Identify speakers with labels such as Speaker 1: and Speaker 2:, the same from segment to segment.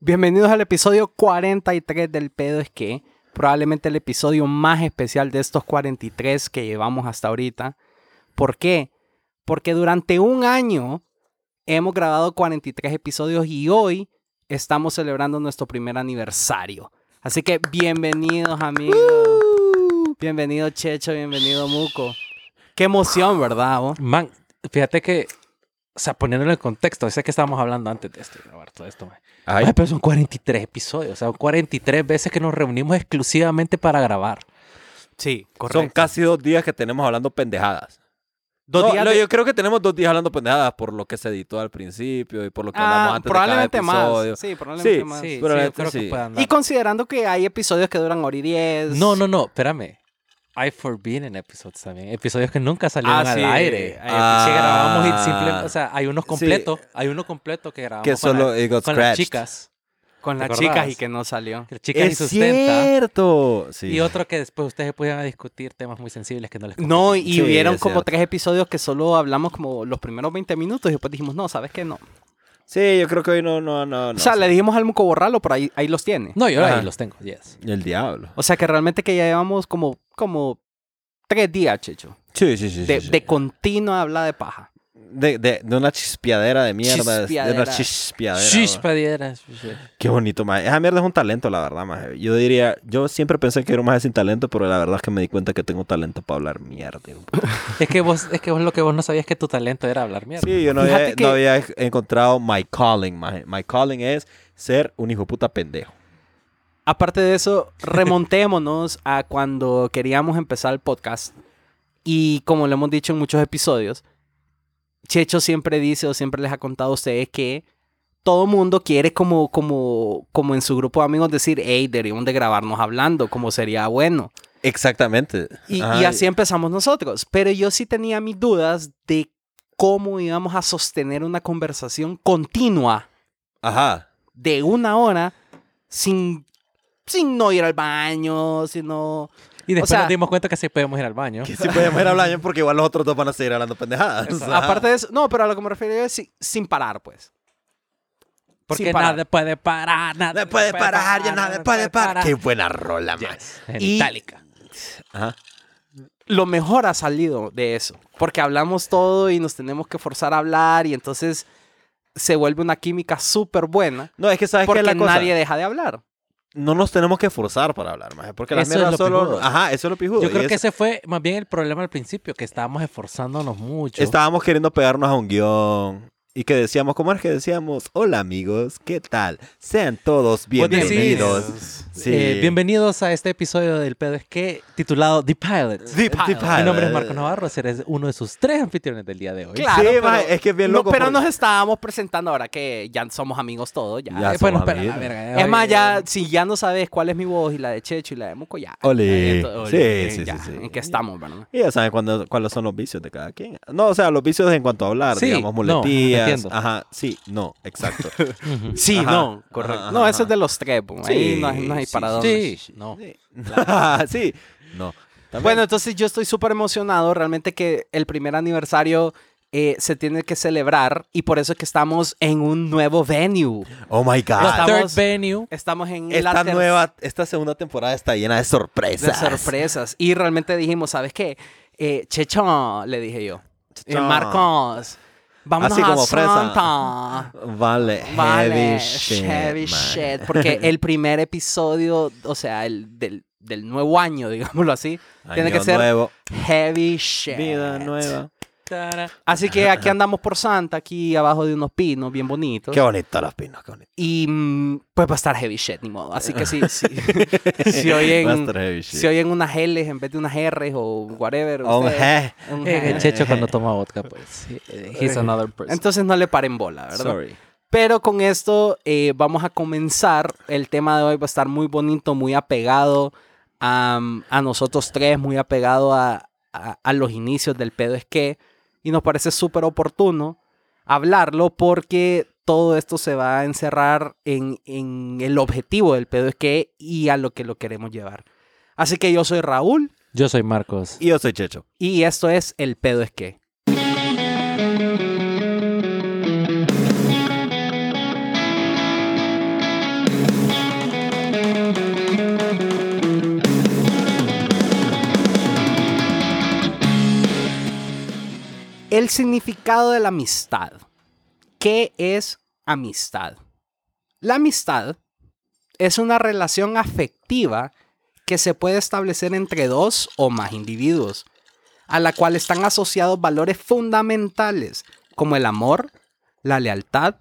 Speaker 1: Bienvenidos al episodio 43 del pedo es que, probablemente el episodio más especial de estos 43 que llevamos hasta ahorita. ¿Por qué? Porque durante un año hemos grabado 43 episodios y hoy estamos celebrando nuestro primer aniversario. Así que bienvenidos amigos. Bienvenido Checho, bienvenido Muco. Qué emoción, ¿verdad? vos?
Speaker 2: Man, fíjate que, o sea, poniéndolo en contexto, sé que estábamos hablando antes de esto, de grabar todo esto, man.
Speaker 3: Ay,
Speaker 2: Ay, pero son 43 episodios, o sea, 43 veces que nos reunimos exclusivamente para grabar.
Speaker 1: Sí, correcto.
Speaker 3: son casi dos días que tenemos hablando pendejadas.
Speaker 1: Dos
Speaker 3: No,
Speaker 1: días
Speaker 3: no,
Speaker 1: de-
Speaker 3: Yo creo que tenemos dos días hablando pendejadas por lo que se editó al principio y por lo que hablamos
Speaker 1: Ah,
Speaker 3: antes
Speaker 1: probablemente
Speaker 3: de cada episodio.
Speaker 1: más. Sí, probablemente
Speaker 3: Sí,
Speaker 1: más.
Speaker 2: Sí, sí,
Speaker 3: pero
Speaker 2: yo
Speaker 3: esto
Speaker 2: creo que
Speaker 3: sí.
Speaker 2: puede andar.
Speaker 1: Y considerando que hay episodios que duran hora y diez.
Speaker 2: No, no, no, espérame. Hay Forbidden episodes también. Episodios que nunca salieron
Speaker 1: Ah,
Speaker 2: al
Speaker 1: sí.
Speaker 2: aire. Hay
Speaker 3: Ah.
Speaker 2: que grabamos y simple, o sea, hay unos
Speaker 3: Sí.
Speaker 2: completos, hay uno completo que grabamos
Speaker 3: Que
Speaker 2: con, la-
Speaker 3: solo it got
Speaker 2: con las
Speaker 3: scratched.
Speaker 2: chicas.
Speaker 1: Con las
Speaker 2: ¿Te
Speaker 1: chicas
Speaker 2: acordás?
Speaker 1: y que no salió.
Speaker 2: que las Chicas y
Speaker 3: Es
Speaker 2: sustenta.
Speaker 3: cierto. Sí.
Speaker 2: Y otro que después ustedes pudieran discutir temas muy sensibles que no les
Speaker 1: No, y
Speaker 3: Sí,
Speaker 1: hubieron
Speaker 3: es
Speaker 1: como
Speaker 3: cierto.
Speaker 1: tres episodios que solo hablamos como los primeros 20 minutos y después dijimos, no, ¿sabes qué? No.
Speaker 3: Sí, yo creo que hoy no, no, no.
Speaker 1: o sea, le dijimos al muco borrarlo, pero ahí, ahí los tiene.
Speaker 2: No, yo
Speaker 3: Ajá.
Speaker 2: ahí los tengo, yes.
Speaker 3: El diablo.
Speaker 1: O sea que realmente que ya llevamos como, como tres días, Checho,
Speaker 3: Sí, sí, sí.
Speaker 1: de,
Speaker 3: sí, sí.
Speaker 1: de continua habla de paja.
Speaker 3: De, de- de una chispiadera de mierda. De
Speaker 1: Chispiadera.
Speaker 3: una chispiadera.
Speaker 2: Shish,
Speaker 3: ¿no?
Speaker 2: padieras.
Speaker 3: Qué bonito, más. Esa mierda es un talento, la verdad, más. Yo diría, yo siempre pensé que era un maje sin talento, pero la verdad es que me di cuenta que tengo talento para hablar mierda. hijo puta.
Speaker 2: Es que vos, es que vos lo que vos no sabías es que tu talento era hablar mierda.
Speaker 3: Sí, yo no
Speaker 1: Fíjate
Speaker 3: había,
Speaker 1: que-
Speaker 3: no había encontrado my calling, maje. My calling es ser un hijo de puta pendejo.
Speaker 1: Aparte de eso, remontémonos a cuando queríamos empezar el podcast. Y como lo hemos dicho en muchos episodios, Checho siempre dice o siempre les ha contado a ustedes que todo mundo quiere como, como, como en su grupo de amigos decir, hey, deberíamos de grabarnos hablando, como sería bueno.
Speaker 3: Exactamente.
Speaker 1: Y,
Speaker 3: Ajá,
Speaker 1: y así empezamos nosotros. Pero yo sí tenía mis dudas de cómo íbamos a sostener una conversación continua
Speaker 3: Ajá.
Speaker 1: de una hora sin, sin no ir al baño, sino...
Speaker 2: Y después
Speaker 1: O sea-
Speaker 2: nos dimos cuenta que sí podemos ir al baño.
Speaker 3: Que sí podemos ir al baño porque igual los otros dos van a seguir hablando pendejadas. Ajá.
Speaker 1: Aparte de eso, no, pero a lo que me refiero yo es si- sin parar, pues.
Speaker 2: Porque
Speaker 1: sin parar.
Speaker 2: nada puede parar, nada
Speaker 3: Después de parar, ya nada, después de parar. Qué buena rola, maje.
Speaker 2: En
Speaker 1: Y-
Speaker 2: itálica.
Speaker 3: Ajá.
Speaker 1: Lo mejor ha salido de eso, porque hablamos todo y nos tenemos que forzar a hablar y entonces se vuelve una química súper buena
Speaker 3: No, es que sabes que
Speaker 1: porque
Speaker 3: la cosa.
Speaker 1: nadie deja de hablar.
Speaker 3: No nos tenemos que forzar para hablar, maje. Porque las
Speaker 2: Eso es
Speaker 3: mierdas
Speaker 2: lo
Speaker 3: solo.
Speaker 2: pijudo.
Speaker 3: Ajá, eso es lo pijudo.
Speaker 2: Yo
Speaker 3: Y
Speaker 2: creo
Speaker 3: eso-
Speaker 2: que ese fue más bien el problema al principio, que estábamos esforzándonos mucho.
Speaker 3: Estábamos queriendo pegarnos a un guión. Y que decíamos, ¿cómo es que decíamos? Hola amigos, ¿qué tal? Sean todos
Speaker 2: decís.
Speaker 3: bienvenidos. Sí.
Speaker 2: Eh, bienvenidos a este episodio del pedo es que titulado The Pilot.
Speaker 3: The Pilot.
Speaker 2: Mi nombre es
Speaker 3: Eh,
Speaker 2: Marco Navarro, eres uno de sus tres anfitriones del día de hoy.
Speaker 1: Claro,
Speaker 3: Sí,
Speaker 1: pero-
Speaker 3: ma, es que es bien
Speaker 1: No,
Speaker 3: loco
Speaker 1: pero
Speaker 3: porque-
Speaker 1: nos estábamos presentando ahora que ya somos amigos todos. Ya.
Speaker 3: Ya.
Speaker 2: Eh, bueno,
Speaker 3: somos
Speaker 2: espera, la
Speaker 3: amigos.
Speaker 2: verga,
Speaker 1: Es
Speaker 2: hoy-
Speaker 1: más, ya, si ya no sabes cuál es mi voz y la de Checho y la de Muco, ya.
Speaker 3: Ole.
Speaker 1: Ya, ya,
Speaker 3: Sí,
Speaker 1: ya,
Speaker 3: sí,
Speaker 1: ya,
Speaker 3: sí, sí.
Speaker 1: En qué estamos, ¿verdad?
Speaker 3: Y ya saben cuándo- cuáles son los vicios de cada quien. No, o sea, los vicios en cuanto a hablar,
Speaker 2: Sí,
Speaker 3: digamos,
Speaker 2: no,
Speaker 3: muletillas.
Speaker 2: entiendo.
Speaker 3: ajá, sí, no, exacto.
Speaker 2: Ujú.
Speaker 1: Sí,
Speaker 3: Ajá,
Speaker 1: no, correcto.
Speaker 3: ajá,
Speaker 1: no,
Speaker 3: ajá.
Speaker 1: eso es de los tres, pues, ahí no, hay- no hay
Speaker 3: sí,
Speaker 1: para dónde.
Speaker 2: Sí, no.
Speaker 3: sí, sí, no. También-
Speaker 1: Bueno, entonces yo estoy súper emocionado, realmente que el primer aniversario eh, se tiene que celebrar y por eso es que estamos en un nuevo venue.
Speaker 3: oh my
Speaker 2: The
Speaker 3: God.
Speaker 1: Estamos-
Speaker 2: Third Venue.
Speaker 1: Estamos en
Speaker 3: Esta
Speaker 1: la ter-
Speaker 3: nueva, esta segunda temporada está llena de
Speaker 1: de
Speaker 3: sorpresas.
Speaker 1: sorpresas. Y realmente dijimos, ¿sabes qué? Eh, Checho, le dije yo. Eh,
Speaker 3: Chechón.
Speaker 1: Marcos, vamos
Speaker 3: Así
Speaker 1: a
Speaker 3: como fresa.
Speaker 1: Santa.
Speaker 3: Vale,
Speaker 1: Vale,
Speaker 3: heavy shit.
Speaker 1: heavy
Speaker 3: man.
Speaker 1: shit, Porque el primer episodio, o sea, el del, del nuevo año, digámoslo así, tiene que
Speaker 3: Año
Speaker 1: ser
Speaker 3: nuevo,
Speaker 1: heavy shit.
Speaker 3: vida nueva.
Speaker 2: Tara.
Speaker 1: Así que aquí andamos por Santa, aquí abajo de unos pinos bien bonitos.
Speaker 3: Qué bonito los pinos, qué bonito.
Speaker 1: Y mm, pues va a estar heavy shit, ni modo. Así que sí, sí. si
Speaker 3: Va a
Speaker 1: oyen,
Speaker 3: estar heavy shit.
Speaker 1: si oyen unas L's en vez de unas R's o whatever.
Speaker 3: Oh,
Speaker 1: ustedes-
Speaker 3: eh,
Speaker 1: un
Speaker 2: Eh,
Speaker 1: je.
Speaker 2: Checho cuando toma vodka, pues. eh, He's another person.
Speaker 1: Entonces no le paren bola, ¿verdad?
Speaker 3: Sorry.
Speaker 1: Pero con esto eh, vamos a comenzar. El tema de hoy va a estar muy bonito, muy apegado a, a nosotros tres, muy apegado a, a- a los inicios del pedo es que. Y nos parece súper oportuno hablarlo porque todo esto se va a encerrar en, en el objetivo del pedo es que y a lo que lo queremos llevar. Así que yo soy Raúl
Speaker 2: Yo soy Marcos.
Speaker 3: Y yo soy Checho.
Speaker 1: y esto es El pedo es que. El significado de la amistad. ¿Qué es amistad? La amistad es una relación afectiva que se puede establecer entre dos o más individuos, a la cual están asociados valores fundamentales como el amor, la lealtad,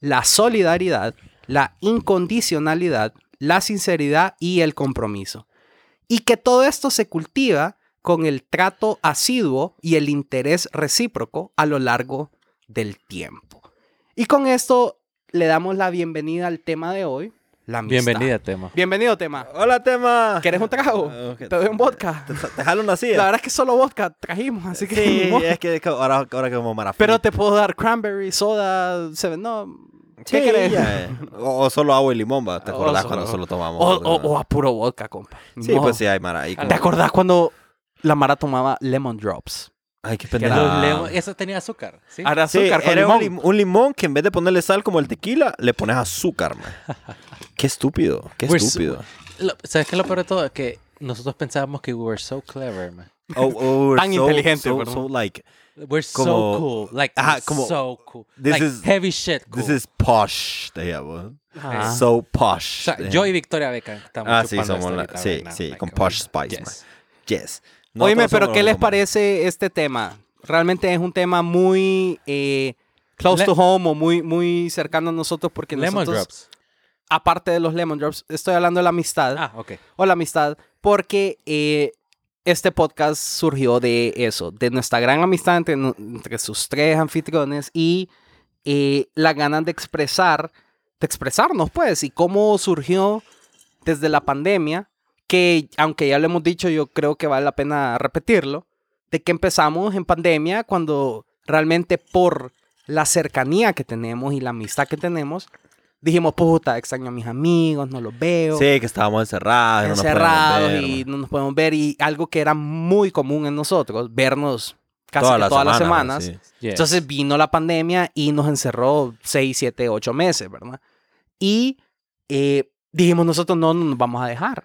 Speaker 1: la solidaridad, la incondicionalidad, la sinceridad y el compromiso. Y que todo esto se cultiva con el trato asiduo y el interés recíproco a lo largo del tiempo. Y con esto le damos la bienvenida al tema de hoy, la amistad.
Speaker 2: Bienvenida, tema.
Speaker 1: Bienvenido tema.
Speaker 3: Hola, tema.
Speaker 1: ¿Quieres un trago?
Speaker 3: Ah, ok.
Speaker 1: Te doy un vodka.
Speaker 3: Te, te jalo una silla.
Speaker 1: La verdad es que solo vodka trajimos, así que... ni
Speaker 3: Sí,
Speaker 1: modo.
Speaker 3: es que ahora, ahora que como marafil.
Speaker 1: Pero te puedo dar cranberry, soda, seven, no... ¿Qué
Speaker 3: Sí,
Speaker 1: querés?
Speaker 3: ya, eh. O, o solo agua y limón, va. ¿Te
Speaker 1: O
Speaker 3: acordás
Speaker 1: solo-
Speaker 3: cuando solo tomamos?
Speaker 1: O,
Speaker 3: agua y
Speaker 1: o-
Speaker 3: limón?
Speaker 1: o a puro vodka, compa. Ni
Speaker 3: Sí,
Speaker 1: modo.
Speaker 3: pues sí, hay mara. ahí como-
Speaker 1: ¿Te acordás cuando la Mara tomaba lemon drops?
Speaker 3: Ay, qué
Speaker 1: era
Speaker 3: pendejo.
Speaker 2: Ah.
Speaker 1: un
Speaker 2: Eso tenía azúcar, ¿sí?
Speaker 1: Ahora
Speaker 3: Sí,
Speaker 1: azúcar con
Speaker 3: era
Speaker 1: limón.
Speaker 3: Un, lim- un limón que en vez de ponerle sal como el tequila, le pones azúcar, man. Qué estúpido, qué
Speaker 2: We're so-
Speaker 3: estúpido.
Speaker 2: Lo- ¿Sabes qué es lo peor de todo? Que nosotros pensábamos que we were so clever, man.
Speaker 3: Oh, oh, we're
Speaker 1: Tan inteligente,
Speaker 3: so,
Speaker 1: perdón.
Speaker 3: so, like,
Speaker 2: We're so
Speaker 3: Como-
Speaker 2: cool. Like,
Speaker 3: Ajá,
Speaker 2: we're
Speaker 3: como-
Speaker 2: so cool.
Speaker 3: This
Speaker 2: like,
Speaker 3: is-
Speaker 2: heavy shit cool.
Speaker 3: this is posh, digamos.
Speaker 1: Ajá.
Speaker 3: So
Speaker 2: O
Speaker 3: posh. eh.
Speaker 2: sea, yo y Victoria Beckham estamos
Speaker 3: Ah, sí,
Speaker 2: chupando
Speaker 3: somos
Speaker 2: esto
Speaker 3: la-
Speaker 2: ahorita
Speaker 3: sí,
Speaker 2: right now,
Speaker 3: sí, con
Speaker 2: oh,
Speaker 3: Posh Spice,
Speaker 2: yes.
Speaker 3: Yes.
Speaker 1: Oíme,
Speaker 3: Nosotros
Speaker 1: pero
Speaker 3: somos
Speaker 1: ¿qué
Speaker 3: los
Speaker 1: les
Speaker 3: como-
Speaker 1: parece este tema? Realmente es un tema muy eh, close
Speaker 2: Le-
Speaker 1: to home o muy, muy cercano a nosotros porque
Speaker 2: Lemon
Speaker 1: nosotros,
Speaker 2: drops.
Speaker 1: aparte de los lemon drops, estoy hablando de la amistad
Speaker 2: Ah, ok.
Speaker 1: o la amistad porque eh, este podcast surgió de eso, de nuestra gran amistad entre, nu- entre sus tres anfitriones y eh, la ganas de expresar, de expresarnos pues, y cómo surgió desde la pandemia, que aunque ya lo hemos dicho, yo creo que vale la pena repetirlo, de que empezamos en pandemia cuando realmente por la cercanía que tenemos y la amistad que tenemos, dijimos, puta, extraño a mis amigos, no los veo
Speaker 3: Sí, que estábamos encerrados. Ah, no nos podíamos
Speaker 1: encerrados
Speaker 3: ver,
Speaker 1: y
Speaker 3: man.
Speaker 1: no nos podemos ver. Y algo que era muy común en nosotros, vernos casi
Speaker 3: Todas
Speaker 1: que todas las semanas.
Speaker 3: sí.
Speaker 2: Yes.
Speaker 1: Entonces vino la pandemia y nos encerró 6, 7, 8 meses, ¿verdad? Y eh, dijimos nosotros, no, no nos vamos a dejar.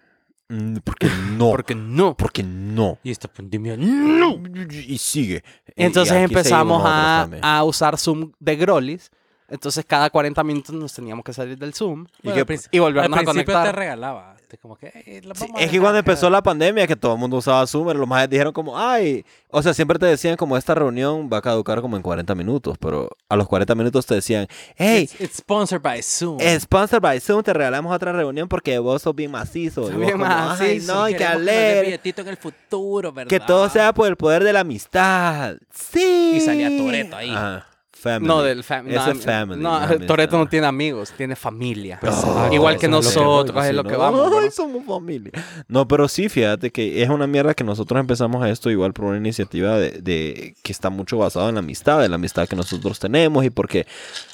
Speaker 3: Mm, Porque no.
Speaker 1: Porque no.
Speaker 3: Porque no.
Speaker 2: y este esta pandemia.
Speaker 3: Y sigue. Y- y
Speaker 1: Entonces
Speaker 3: aquí
Speaker 1: empezamos
Speaker 3: seguimos
Speaker 1: a,
Speaker 3: nosotros también.
Speaker 1: a usar Zoom de Grolis. Entonces cada 40 minutos nos teníamos que salir del Zoom
Speaker 2: Bueno,
Speaker 3: que-
Speaker 2: al princi-
Speaker 1: y
Speaker 2: al
Speaker 1: volvernos a
Speaker 2: principio te
Speaker 1: conectar.
Speaker 2: regalaba. te como que, "Ey, la vamos
Speaker 3: Sí,
Speaker 2: a
Speaker 3: es que
Speaker 2: dejar
Speaker 3: cuando
Speaker 2: acá".
Speaker 3: empezó la pandemia que todo el mundo usaba Zoom, los más dijeron como, ay, o sea, siempre te decían como esta reunión va a caducar como en 40 minutos, pero a los 40 minutos te decían, hey,
Speaker 2: It's, it's sponsored by Zoom.
Speaker 3: sponsored by Zoom, te regalamos otra reunión porque vos sos bien macizo. Y vos
Speaker 1: Bien
Speaker 3: como, "Ay,
Speaker 1: macizo,
Speaker 3: no,
Speaker 2: Y
Speaker 3: y que
Speaker 2: queremos nos den
Speaker 3: alegre,
Speaker 2: billetito en el futuro, ¿verdad?
Speaker 3: que todo sea por el poder de la amistad. Sí.
Speaker 2: Y salía Toretto ahí.
Speaker 3: Ajá. Family.
Speaker 1: No, del family.
Speaker 3: Eso
Speaker 1: No,
Speaker 3: es family.
Speaker 1: no,
Speaker 3: amistad.
Speaker 1: Toretto no tiene amigos, tiene familia.
Speaker 3: Oh,
Speaker 1: Igual que
Speaker 3: eso es lo voy,
Speaker 1: nosotros, es
Speaker 3: sí,
Speaker 1: lo
Speaker 3: ¿no?
Speaker 1: que vamos.
Speaker 3: Ay,
Speaker 1: ¿verdad?
Speaker 3: somos familia. No, pero sí, fíjate que es una mierda que nosotros empezamos esto igual por una iniciativa de, de- que está mucho basada en la amistad, en la amistad que nosotros tenemos y porque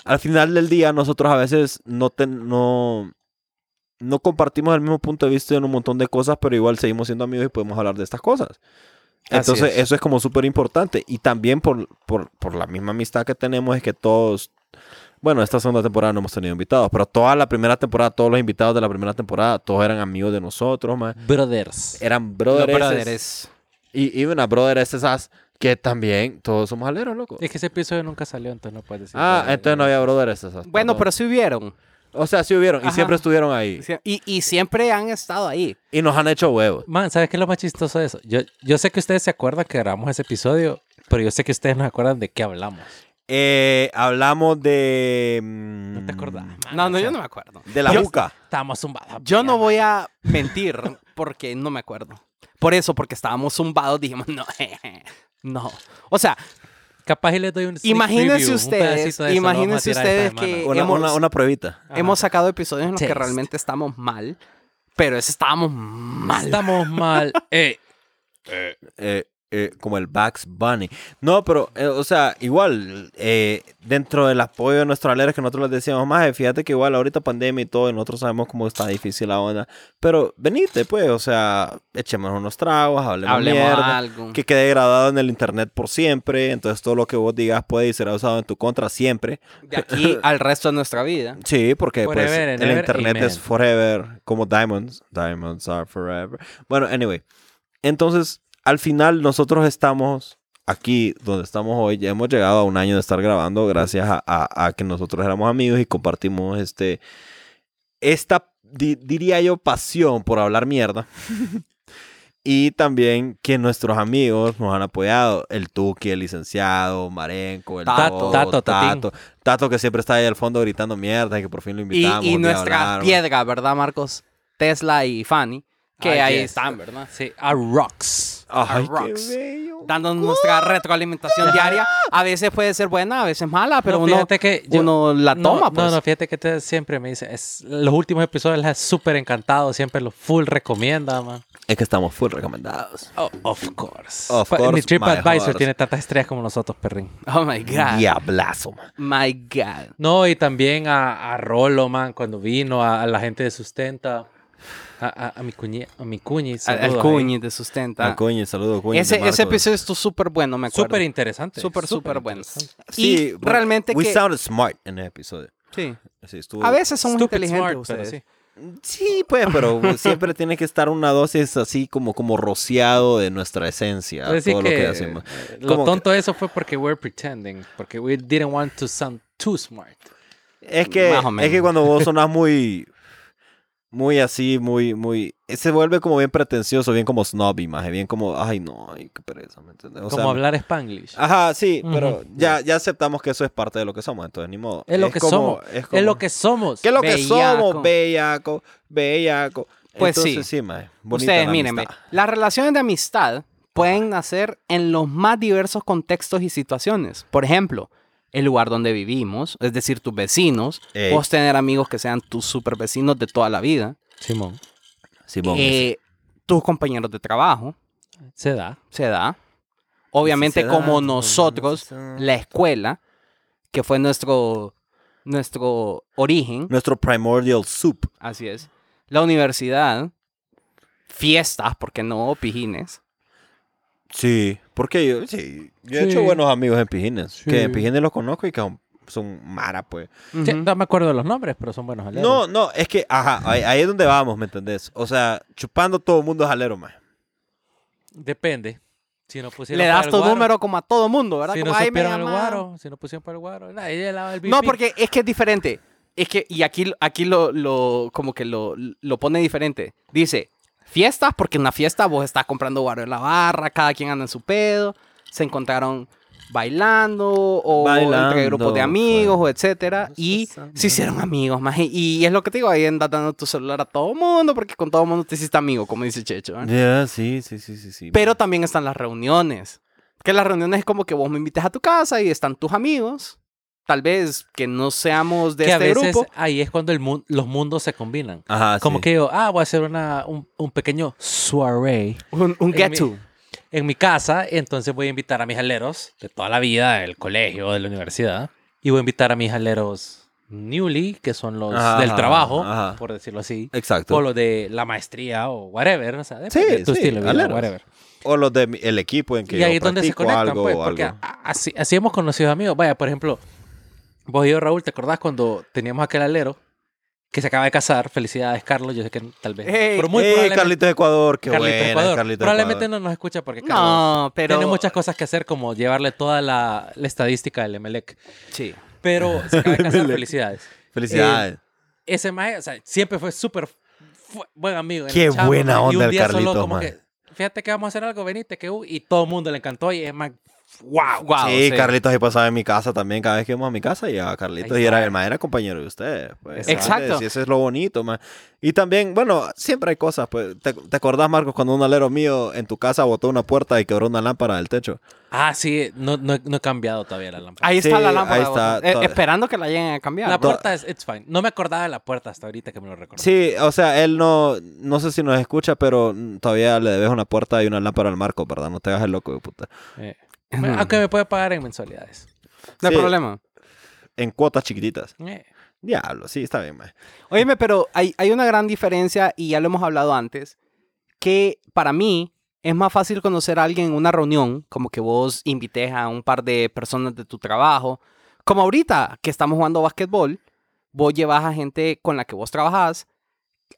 Speaker 3: al final del día nosotros a veces no ten- no no compartimos el mismo punto de vista en un montón de cosas, pero igual seguimos siendo amigos y podemos hablar de estas cosas.
Speaker 1: Así
Speaker 3: Entonces,
Speaker 1: es.
Speaker 3: eso es como súper importante. Y también por, por, por la misma amistad que tenemos es que todos, bueno, esta segunda temporada no hemos tenido invitados, pero toda la primera temporada, todos los invitados de la primera temporada, todos eran amigos de nosotros, man.
Speaker 2: Brothers.
Speaker 3: Eran
Speaker 1: Los
Speaker 3: brothers.
Speaker 1: brothers.
Speaker 3: Y, y una brother es esas que también todos somos aleros, loco.
Speaker 2: Es que ese episodio nunca salió, entonces no puedes decir.
Speaker 3: ah,
Speaker 2: brother.
Speaker 3: entonces no había brothers esas.
Speaker 1: Bueno, pero
Speaker 3: perdón.
Speaker 1: sí hubieron.
Speaker 3: O sea, sí hubieron
Speaker 1: Ajá.
Speaker 3: y siempre estuvieron ahí.
Speaker 1: Sie- Y, y siempre han estado ahí.
Speaker 3: Y nos han hecho huevos.
Speaker 2: Man, ¿sabes qué es lo más chistoso de eso? Yo, yo sé que ustedes se acuerdan que grabamos ese episodio, pero yo sé que ustedes no se acuerdan de qué hablamos.
Speaker 3: Eh, hablamos de... mm,
Speaker 2: ¿No te acordás?
Speaker 1: Mm. No, no, yo no me acuerdo.
Speaker 3: De la
Speaker 1: Yo-
Speaker 3: buca.
Speaker 2: Estábamos zumbados.
Speaker 1: Yo no voy a mentir porque no me acuerdo. Por eso, porque estábamos zumbados, dijimos, no, jeje, no. O sea,
Speaker 2: Capaz y les doy un. sneak
Speaker 1: Imagínense
Speaker 2: preview, un
Speaker 1: ustedes,
Speaker 2: pedacito de eso, lo vamos a
Speaker 1: imagínense
Speaker 2: tirar esta
Speaker 1: ustedes
Speaker 2: semana.
Speaker 1: que-
Speaker 3: Una,
Speaker 1: Hemos-
Speaker 3: una, una pruebita.
Speaker 2: Ajá.
Speaker 1: hemos sacado episodios en los que
Speaker 2: Test.
Speaker 1: realmente estamos mal, pero ese estábamos mal.
Speaker 2: Estamos mal. Eh,
Speaker 3: eh, eh, como el Bugs Bunny. No, pero, eh, o sea, igual, eh, dentro del apoyo de nuestros aleros que nosotros les decíamos, más, fíjate que igual ahorita pandemia y todo, y nosotros sabemos cómo está difícil la onda, pero venite, pues, o sea, echemos unos tragos, hablemos,
Speaker 1: Hablemos
Speaker 3: mierda,
Speaker 1: algo.
Speaker 3: que quede grabado en el internet por siempre, entonces todo lo que vos digas puede y será usado en tu contra siempre.
Speaker 1: De aquí al resto de nuestra vida.
Speaker 3: Sí, porque pues,
Speaker 2: Forever and
Speaker 3: el
Speaker 2: ever,
Speaker 3: internet es
Speaker 2: amen.
Speaker 3: forever, como diamonds. Diamonds are forever. Bueno, anyway. Entonces, al final nosotros estamos aquí donde estamos hoy, ya hemos llegado a un año de estar grabando gracias a, a- a que nosotros éramos amigos y compartimos este, esta, di- diría yo, pasión por hablar mierda. y también que nuestros amigos nos han apoyado. El Tuki, el licenciado, Marenco, el
Speaker 1: Tato.
Speaker 3: Bob,
Speaker 2: Tato, Tatín.
Speaker 3: Tato, Tato, que siempre está ahí al fondo gritando mierda y que por fin lo
Speaker 1: Y,
Speaker 3: invitamos.
Speaker 1: y
Speaker 3: un día a
Speaker 1: nuestra
Speaker 3: hablar.
Speaker 1: piedra, ¿verdad, Marcos? Tesla y Fanny, que
Speaker 2: Así
Speaker 1: ahí
Speaker 2: es.
Speaker 1: están, ¿verdad?
Speaker 2: Sí, a rocks.
Speaker 3: Ay,
Speaker 1: Our rocks.
Speaker 3: qué bello.
Speaker 1: Dándonos nuestra retroalimentación diaria. A veces puede ser buena, a veces mala, pero
Speaker 2: No,
Speaker 1: uno,
Speaker 2: fíjate que yo-
Speaker 1: uno la
Speaker 2: No,
Speaker 1: toma,
Speaker 2: no,
Speaker 1: pues.
Speaker 2: No, fíjate que te- siempre me dice, es, los últimos episodios las súper encantado, siempre los full recomienda, man.
Speaker 3: Es que estamos full recomendados.
Speaker 2: Oh, of course.
Speaker 3: Of
Speaker 2: Pa-
Speaker 3: course,
Speaker 2: Mi
Speaker 3: my
Speaker 2: TripAdvisor
Speaker 3: horse.
Speaker 2: tiene tantas estrellas como nosotros, perrín.
Speaker 1: Oh my God.
Speaker 3: Diablazo, man.
Speaker 1: My God.
Speaker 2: No, y también a, a Rolo, man, cuando vino, a, a la gente de Sustenta, a, a- a mi cuñi, a mi cuñi,
Speaker 1: Al- Al
Speaker 2: saludos ahí.
Speaker 1: Cuñi de Sustenta.
Speaker 3: Al Cuñi, Ah, saludo Cuñi.
Speaker 1: ese,
Speaker 3: de
Speaker 1: ese
Speaker 3: Marcos.
Speaker 1: episodio estuvo súper bueno, me acuerdo.
Speaker 2: Súper interesante.
Speaker 1: Súper, súper bueno.
Speaker 2: interesante.
Speaker 1: Y
Speaker 3: bueno,
Speaker 1: realmente
Speaker 3: We
Speaker 1: que-
Speaker 3: sounded smart en el episodio.
Speaker 1: Sí.
Speaker 3: Sí, estuvo-
Speaker 1: A veces somos
Speaker 2: Stupid
Speaker 1: inteligentes
Speaker 2: smart, pero
Speaker 1: ustedes.
Speaker 2: sí.
Speaker 3: Sí, pues, pero siempre tiene que estar una dosis así como, como rociado de nuestra esencia.
Speaker 2: Es decir
Speaker 3: todo lo
Speaker 2: Pues que,
Speaker 3: que hacemos.
Speaker 2: eh,
Speaker 3: Como
Speaker 2: Lo
Speaker 3: que-
Speaker 2: tonto de eso fue porque we're pretending, porque we didn't want to sound too smart.
Speaker 3: Es que,
Speaker 1: Más o
Speaker 3: es que
Speaker 1: menos.
Speaker 3: cuando vos sonás muy. Muy así, muy, muy. Se vuelve como bien pretencioso, bien como snob, imagen, bien como, ay, no, ay, qué pereza, ¿me entiendes? O
Speaker 2: como
Speaker 3: sea, ah,
Speaker 2: hablar spanglish.
Speaker 3: Ajá, sí, pero
Speaker 2: Ujú.
Speaker 3: ya, ya aceptamos que eso es parte de lo que somos, entonces ni modo.
Speaker 2: Es lo que
Speaker 3: como-
Speaker 2: somos.
Speaker 3: Es,
Speaker 2: es lo
Speaker 3: como-
Speaker 2: que somos.
Speaker 3: ¿Qué es lo que
Speaker 1: Bellaco.
Speaker 3: somos? Bellaco, bellaco.
Speaker 1: Pues sí.
Speaker 3: Entonces, sí. mae, bonita
Speaker 1: Ustedes,
Speaker 3: la
Speaker 1: mírenme,
Speaker 3: amistad.
Speaker 1: las relaciones de amistad pueden nacer en los más diversos contextos y situaciones. Por ejemplo, el lugar donde vivimos, es decir, tus vecinos.
Speaker 3: Ey.
Speaker 1: Puedes tener amigos que sean tus super vecinos de toda la vida.
Speaker 2: Simón.
Speaker 3: Simón,
Speaker 1: Eh, tus compañeros de trabajo,
Speaker 2: Se da.
Speaker 1: se da. Obviamente,
Speaker 3: se da,
Speaker 1: como
Speaker 3: no, no, no
Speaker 1: nosotros,
Speaker 3: se da.
Speaker 1: la escuela, que fue nuestro, nuestro origen,
Speaker 3: Nuestro primordial soup.
Speaker 1: así es. La universidad, fiestas, porque no pijines.
Speaker 3: Sí. Porque yo, sí, yo he
Speaker 2: Sí.
Speaker 3: hecho buenos amigos en Pijines. Que en
Speaker 2: Sí.
Speaker 3: Pijines los conozco y que son, son mara, pues.
Speaker 2: Sí,
Speaker 1: Ujú.
Speaker 2: no me acuerdo de los nombres, pero son buenos aleros.
Speaker 3: No, no, es que, ajá, ahí, ahí es donde vamos, ¿me entendés? O sea, chupando todo el mundo es alero, mae.
Speaker 2: Depende. Si no pusieron
Speaker 1: Le
Speaker 2: para
Speaker 1: das
Speaker 2: el
Speaker 1: tu
Speaker 2: guaro,
Speaker 1: número como a todo mundo, ¿verdad?
Speaker 2: Si
Speaker 1: Como,
Speaker 2: no
Speaker 1: "Ay, me
Speaker 2: supieron el
Speaker 1: llamaron".
Speaker 2: guaro. Si no pusieron para el guaro. nah, ella la- el
Speaker 1: No,
Speaker 2: VP.
Speaker 1: porque es que es diferente. Es que, y aquí, aquí lo, lo, como que lo, lo pone diferente. Dice, fiestas, porque en la fiesta vos estás comprando guaro en la barra, cada quien anda en su pedo, se encontraron bailando o entre
Speaker 3: Bailando,
Speaker 1: grupos de amigos
Speaker 3: fue.
Speaker 1: o etcétera y
Speaker 3: Pasando.
Speaker 1: se hicieron amigos más y es lo que te digo ahí andas dando tu celular a todo mundo porque con todo mundo te hiciste amigo como dice Checho ¿eh?
Speaker 3: Ya, sí, sí, sí, sí, sí.
Speaker 1: Pero también están las reuniones. Que las reuniones es como que vos me invites a tu casa y están tus amigos. Tal vez que no seamos de
Speaker 2: que a
Speaker 1: este
Speaker 2: veces
Speaker 1: grupo.
Speaker 2: ahí es cuando el mun- los mundos se combinan.
Speaker 3: Ajá,
Speaker 2: Como
Speaker 3: sí.
Speaker 2: que yo, ah, voy a hacer una, un, un pequeño soirée
Speaker 1: Un, un
Speaker 2: en
Speaker 1: get
Speaker 2: mi-
Speaker 1: to.
Speaker 2: en mi casa. Entonces voy a invitar a mis aleros de toda la vida, del colegio, de la universidad. Y voy a invitar a mis aleros newly, que son los
Speaker 3: Ajá,
Speaker 2: del trabajo,
Speaker 3: ajá.
Speaker 2: por decirlo así.
Speaker 3: Exacto.
Speaker 2: O lo de la maestría o whatever, o sea,
Speaker 3: Sí,
Speaker 2: depende de tu
Speaker 3: sí,
Speaker 2: estilo de vida,
Speaker 3: aleros.
Speaker 2: whatever.
Speaker 3: O los del el equipo en que
Speaker 2: y ahí
Speaker 3: yo
Speaker 2: es donde se
Speaker 3: practico
Speaker 2: conectan,
Speaker 3: algo
Speaker 2: pues,
Speaker 3: o
Speaker 2: porque
Speaker 3: algo.
Speaker 2: a- así, así hemos conocido amigos. Vaya, por ejemplo, vos y yo, Raúl, ¿te acordás cuando teníamos aquel alero que se acaba de casar? Felicidades, Carlos, yo sé que tal vez...
Speaker 1: Ey,
Speaker 2: pero muy
Speaker 3: ¡Ey,
Speaker 2: probablemente-
Speaker 3: Carlitos de Ecuador! ¡Qué
Speaker 2: Carlitos de
Speaker 3: buena,
Speaker 2: Ecuador.
Speaker 3: Carlitos de
Speaker 2: probablemente
Speaker 3: Ecuador.
Speaker 2: no nos escucha porque Carlos
Speaker 1: No, pero.
Speaker 2: tiene muchas cosas que hacer como llevarle toda la, la estadística del Emelec.
Speaker 1: Sí.
Speaker 2: Pero se acaba de casar,
Speaker 3: Emelec.
Speaker 2: felicidades.
Speaker 3: Felicidades.
Speaker 2: ese maje, o sea, siempre fue súper fu- buen amigo. en
Speaker 3: Qué
Speaker 2: la chamba,
Speaker 3: buena
Speaker 2: man. Y
Speaker 3: onda
Speaker 2: un
Speaker 3: el
Speaker 2: día solo
Speaker 3: Carlitos,
Speaker 2: como
Speaker 3: man.
Speaker 2: que, Fíjate que vamos a hacer algo, venite, que uh, y todo el mundo le encantó y es más, wow.
Speaker 1: Wow,
Speaker 3: sí,
Speaker 1: sí.
Speaker 3: Carlitos ahí pasaba en mi casa también. Cada vez que íbamos a mi casa llegaba Carlitos
Speaker 2: Ahí
Speaker 3: y era
Speaker 2: está.
Speaker 3: el madera compañero de ustedes. pues.
Speaker 1: Exacto.
Speaker 3: Sí, eso es lo bonito, man. Y también, bueno, siempre hay cosas. Pues. ¿Te, te acordás, Marcos, cuando un alero mío en tu casa botó una puerta y quebró una lámpara del techo?
Speaker 2: Ah, sí, no, no, no he cambiado todavía la lámpara.
Speaker 1: Ahí
Speaker 3: Sí,
Speaker 1: está la lámpara.
Speaker 3: ahí
Speaker 1: de
Speaker 3: está,
Speaker 1: botón. Eh,
Speaker 3: todavía.
Speaker 1: esperando que la lleguen a cambiar.
Speaker 2: la
Speaker 1: ¿no?
Speaker 2: puerta es it's fine. No me acordaba de la puerta hasta ahorita que me lo recordé.
Speaker 3: Sí, o sea, él no, no sé si nos escucha, pero mm, todavía le debes una puerta y una lámpara al Marco, ¿verdad? No te hagas el loco de puta.
Speaker 2: Eh, bueno, aunque me puede pagar en mensualidades.
Speaker 1: No hay
Speaker 3: Sí,
Speaker 1: problema.
Speaker 3: En cuotas chiquititas.
Speaker 2: Eh,
Speaker 3: Diablo, sí, está bien, man.
Speaker 1: Óyeme, pero hay, hay una gran diferencia, y ya lo hemos hablado antes, que para mí es más fácil conocer a alguien en una reunión, como que vos invites a un par de personas de tu trabajo, como ahorita que estamos jugando basquetbol, vos llevas a gente con la que vos trabajás,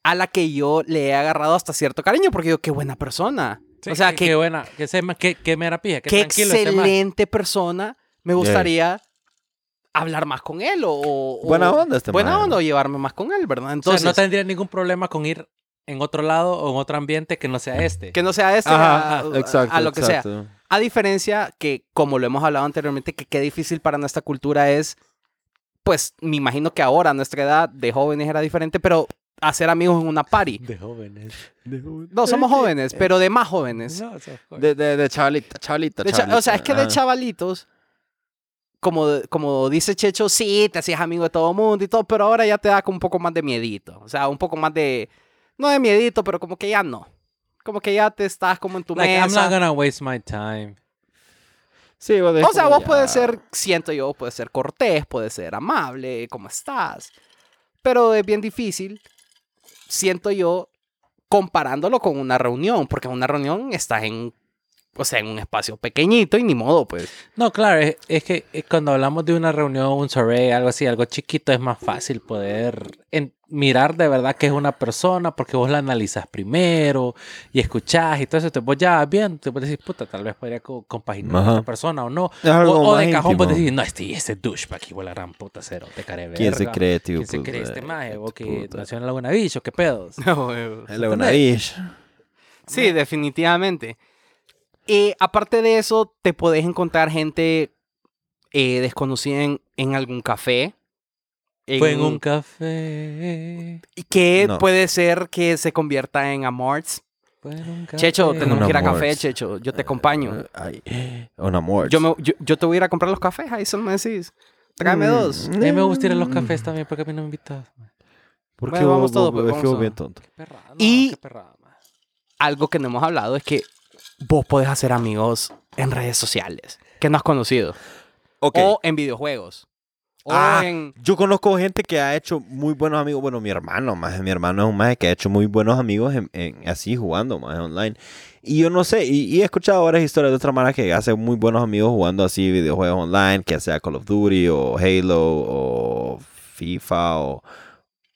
Speaker 1: a la que yo le he agarrado hasta cierto cariño, porque yo, qué buena persona. o sea,
Speaker 2: qué,
Speaker 1: que-
Speaker 2: buena, que se, que, que mera pija, que
Speaker 1: qué
Speaker 2: tranquilo ese man.
Speaker 1: excelente persona. Me gustaría hablar más con él o, o-
Speaker 3: Buena onda este
Speaker 1: buena
Speaker 3: man.
Speaker 1: onda o llevarme más con él, ¿verdad?
Speaker 2: O sea,
Speaker 1: Entonces,
Speaker 2: no tendría ningún problema con ir en otro lado o en otro ambiente que no sea este.
Speaker 1: que no sea este a,
Speaker 3: Ajá,
Speaker 1: a-
Speaker 3: exacto.
Speaker 1: a lo que sea.
Speaker 3: exacto.
Speaker 1: A diferencia que, como lo hemos hablado anteriormente, que qué difícil para nuestra cultura es, pues me imagino que ahora, a nuestra edad de jóvenes era diferente, pero hacer amigos en una party.
Speaker 2: De jóvenes.
Speaker 1: No, somos jóvenes, pero de más jóvenes.
Speaker 2: eh, No, o sea, joder.
Speaker 3: De, de, de chavalita, chavalita,
Speaker 1: De cha- o sea, es que de
Speaker 3: chavalita,
Speaker 1: chavalitos, como, como dice Checho, sí, te hacías amigo de todo mundo y todo, pero ahora ya te da como un poco más de miedito. O sea, un poco más de, no de miedito, pero como que ya no. Como que ya te estás como en tu
Speaker 2: Like, I'm
Speaker 1: mesa.
Speaker 2: not gonna waste my time.
Speaker 3: ajá. Sí, vos
Speaker 1: O sea, vos puedes
Speaker 3: puedes
Speaker 1: ser, siento yo, puedes ser cortés, puedes ser amable, ¿cómo estás? Pero es bien difícil, siento yo, comparándolo con una reunión, porque en una reunión estás en, o sea, en un espacio pequeñito y ni modo, pues.
Speaker 2: No, claro, es, es que eh, cuando hablamos de una reunión, un survey, algo así, algo chiquito, es más fácil poder en- mirar de verdad que es una persona porque vos la analizas primero y escuchás y todo eso. Entonces vos ya vas bien, te puedes decir, puta, tal vez podría co- compaginar con
Speaker 3: Ajá.
Speaker 2: esta persona o no.
Speaker 3: Es algo
Speaker 2: o, o de
Speaker 3: más
Speaker 2: cajón vos
Speaker 3: íntimo.
Speaker 2: decís, no, este, este douchebag, hijo de la gran puta cero, te caré
Speaker 3: ¿Quién se
Speaker 2: verga.
Speaker 3: cree, tío?
Speaker 2: ¿Quién se
Speaker 3: Puta,
Speaker 2: cree este maje? Vos que
Speaker 3: puta.
Speaker 2: nació en Laguna Bicho, qué pedos.
Speaker 3: El Eunavish.
Speaker 1: Sí, definitivamente. Y aparte de eso, te podés encontrar gente eh, desconocida en, en algún café.
Speaker 2: Fue en un café.
Speaker 1: y Que
Speaker 3: No.
Speaker 1: puede ser que se convierta en amorts.
Speaker 2: fue en un
Speaker 1: Checho,
Speaker 2: café.
Speaker 1: tenemos
Speaker 3: Un
Speaker 1: que ir a café,
Speaker 3: amorts.
Speaker 1: Checho. Yo te acompaño.
Speaker 3: Ay, un amor.
Speaker 1: Yo, me- yo, yo te voy a ir a comprar los cafés, ahí solo me decís. Tráeme
Speaker 3: Mm,
Speaker 1: dos.
Speaker 2: A mí me gusta ir a los
Speaker 1: Mm.
Speaker 2: cafés también porque a mí no me invitas. man.
Speaker 3: ¿Por
Speaker 1: Bueno, vamos todos, pues,
Speaker 3: es que
Speaker 1: vamos
Speaker 3: vos bien
Speaker 1: a-
Speaker 3: tonto.
Speaker 2: Qué perrada, no,
Speaker 1: Y-
Speaker 2: qué perrada, man.
Speaker 1: Algo que no hemos hablado es que vos podés hacer amigos en redes sociales que no has conocido.
Speaker 3: Ok.
Speaker 1: O en videojuegos. O
Speaker 3: Ah,
Speaker 1: en.
Speaker 3: Yo conozco gente que ha hecho muy buenos amigos. Bueno, mi hermano, más mi hermano es un maje que ha hecho muy buenos amigos en, en- así jugando más online. Y yo no sé, y, y he escuchado varias historias de otras manas que hacen muy buenos amigos jugando así videojuegos online, que sea Call of Duty o Halo o FIFA o.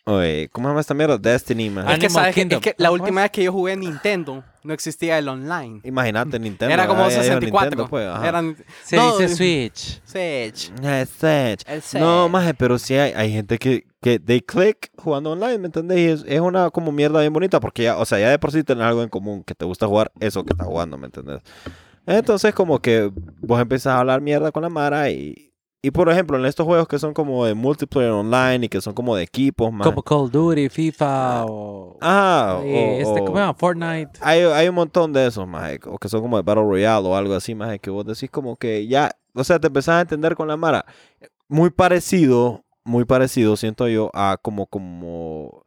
Speaker 3: o, eh, ¿Cómo se llama esta mierda? Destiny, maje.
Speaker 1: Es que,
Speaker 2: Animal
Speaker 1: ¿sabes qué? Es
Speaker 2: Kingdom.
Speaker 1: que la
Speaker 2: ¿Cómo
Speaker 1: última
Speaker 2: es?
Speaker 1: vez que yo jugué en Nintendo, no existía el online.
Speaker 3: Imagínate Nintendo.
Speaker 1: Era como
Speaker 3: ah, ya digo
Speaker 1: 64.
Speaker 3: Nintendo, pues, ajá.
Speaker 1: Eran.
Speaker 2: Se
Speaker 1: No, eh,
Speaker 2: dice
Speaker 1: el-
Speaker 2: Switch.
Speaker 1: Sech.
Speaker 3: Ah, Sech.
Speaker 1: El Sech.
Speaker 3: No, maje, pero sí hay, hay gente que, que they click jugando online, ¿me entendés? Y es, es una como mierda bien bonita porque ya, o sea, ya de por sí tenés algo en común, que te gusta jugar eso que estás jugando, ¿me entendés? Entonces como que vos empezás a hablar mierda con la mara y... Y por ejemplo, en estos juegos que son como de multiplayer online y que son como de equipos, maje.
Speaker 2: Como Call of Duty, FIFA o.
Speaker 3: Ah, o-
Speaker 2: eh, este,
Speaker 3: o-
Speaker 2: ¿Cómo se llama? Fortnite.
Speaker 3: hay, hay un montón de esos, maje, o que son como de Battle Royale o algo así, maje, que vos decís como que ya, o sea, te empezás a entender con la Mara. Muy parecido, muy parecido, siento yo, a como, como,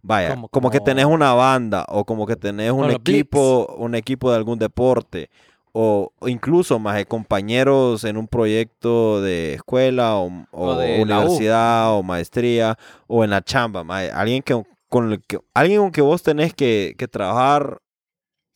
Speaker 3: vaya,
Speaker 2: Como-
Speaker 3: como, que
Speaker 2: como-
Speaker 3: tenés una banda o como que tenés un
Speaker 2: los Blips.
Speaker 3: equipo, un equipo de algún deporte. O o incluso, maje, compañeros en un proyecto de escuela o, o
Speaker 1: O de la U.
Speaker 3: universidad o maestría o en la chamba, mae, alguien que con el que alguien con que vos tenés que, que trabajar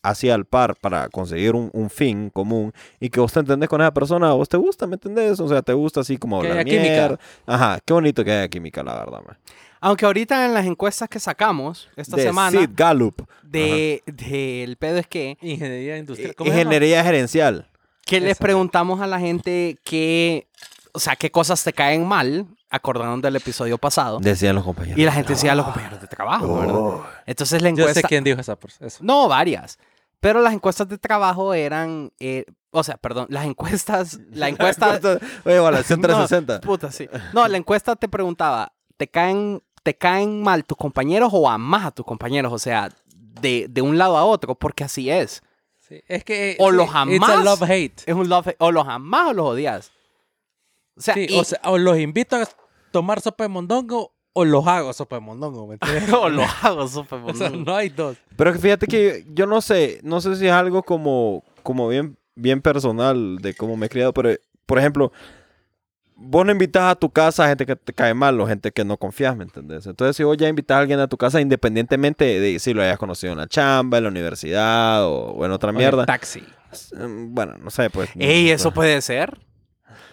Speaker 3: hacia al par para conseguir un, un fin común y que vos te entendés con esa persona, vos te gusta, ¿me entendés? O sea, te gusta así como
Speaker 2: Que
Speaker 3: hablar
Speaker 2: haya química.
Speaker 3: mierda. Ajá, qué bonito que haya química, la verdad, mae.
Speaker 1: Aunque ahorita en las encuestas que sacamos esta
Speaker 3: De
Speaker 1: semana,
Speaker 3: Sid Gallup,
Speaker 1: de, del pedo es que,
Speaker 2: Ingeniería industrial.
Speaker 1: E
Speaker 3: eh,
Speaker 2: ¿Cómo se llama?
Speaker 3: ingeniería gerencial.
Speaker 1: que les
Speaker 2: Esa.
Speaker 1: preguntamos a la gente que, o sea, qué cosas te caen mal, acordando del episodio pasado.
Speaker 3: Decían los compañeros.
Speaker 1: Y la gente decía "Ah, a los compañeros de
Speaker 3: Oh.
Speaker 1: trabajo, ¿verdad? Entonces la
Speaker 2: Ah. Oh. Yo sé
Speaker 1: encuesta...
Speaker 2: quién dijo esa pers- eso.
Speaker 1: No, varias. Pero las encuestas de trabajo eran... eh, o sea, perdón, las encuestas... La encuesta...
Speaker 3: Oye, evaluación 360.
Speaker 1: No, puta, sí. No, la encuesta te preguntaba, ¿te caen, ¿te caen mal tus compañeros o amas a tus compañeros? O sea, de, de un lado a otro, porque así es.
Speaker 2: Sí, Es que. eh,
Speaker 1: O
Speaker 2: sí,
Speaker 1: los
Speaker 2: It's a
Speaker 1: amás.
Speaker 2: love hate.
Speaker 1: Es un love, o los amas o los odias. O sea,
Speaker 2: Sí,
Speaker 1: y-
Speaker 2: o, sea, o los invito a tomar sopa de mondongo o los hago sopa de mondongo. ¿me entiendes?
Speaker 1: o los hago, súper
Speaker 2: O sea,
Speaker 1: bonito.
Speaker 2: no hay dos.
Speaker 3: Pero que fíjate que yo, yo no sé, no sé si es algo como, como bien, bien personal de cómo me he criado, pero por ejemplo, vos no invitas a tu casa a gente que te cae mal o gente que no confías, ¿me entendés? Entonces si vos ya invitas a alguien a tu casa, independientemente de si lo hayas conocido en la chamba, en la universidad o, o en otra
Speaker 2: O el
Speaker 3: mierda,
Speaker 2: Taxi.
Speaker 3: mm, bueno, no sé, pues...
Speaker 1: Ey,
Speaker 3: no-
Speaker 1: eso puede ser.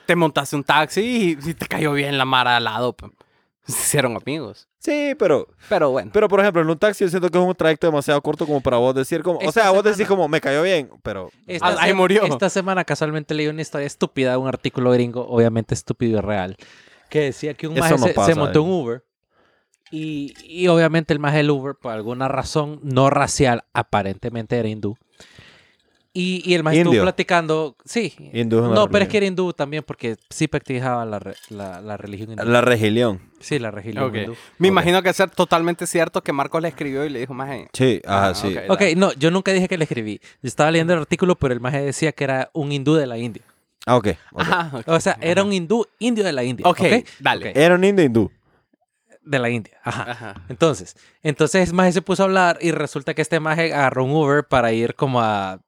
Speaker 1: Te montaste un taxi y, y te cayó bien la mara al lado. pe. Se hicieron amigos.
Speaker 3: Sí, pero,
Speaker 1: Pero bueno.
Speaker 3: pero por ejemplo, en un taxi yo siento que es un trayecto demasiado corto como para vos decir como, o
Speaker 2: Esta
Speaker 3: sea, vos
Speaker 2: semana-
Speaker 3: decís como, me cayó bien, pero...
Speaker 1: Ah, ahí
Speaker 2: se-
Speaker 1: murió.
Speaker 2: Esta semana casualmente leí una historia estúpida, un artículo gringo, obviamente estúpido y real, que decía que un
Speaker 3: Eso
Speaker 2: maje
Speaker 3: no
Speaker 2: se, se
Speaker 3: pasa,
Speaker 2: montó
Speaker 3: eh.
Speaker 2: en Uber y, y obviamente el maje del Uber, por alguna razón no racial, aparentemente era hindú. Y, y el maje estuvo
Speaker 3: Indio.
Speaker 2: platicando, sí.
Speaker 3: Hindú es una
Speaker 2: no, pero es
Speaker 3: religión.
Speaker 2: que era hindú también porque sí practicaba la, re- la- la religión hindú.
Speaker 3: La rebelión.
Speaker 2: Sí, la religión
Speaker 1: Ok.
Speaker 2: hindú.
Speaker 1: Me
Speaker 3: Ok.
Speaker 1: imagino que es ser totalmente cierto que Marcos le escribió y le dijo más.
Speaker 3: Sí, ajá,
Speaker 1: Ah,
Speaker 3: sí.
Speaker 1: ok.
Speaker 2: Ok, no, yo nunca dije que le escribí. Yo estaba leyendo el artículo, pero el maje decía que era un hindú de la India.
Speaker 3: Ah, ok. ok.
Speaker 2: O sea, era un hindú indio de la India.
Speaker 1: Ok,
Speaker 2: ¿ok?
Speaker 1: dale.
Speaker 2: Ok,
Speaker 3: Era un indio hindú.
Speaker 2: De la India.
Speaker 3: Ah.
Speaker 2: Ajá.
Speaker 1: Ajá.
Speaker 2: Entonces, entonces Maje se puso a hablar y resulta que este Maje agarró un Uber para ir como a,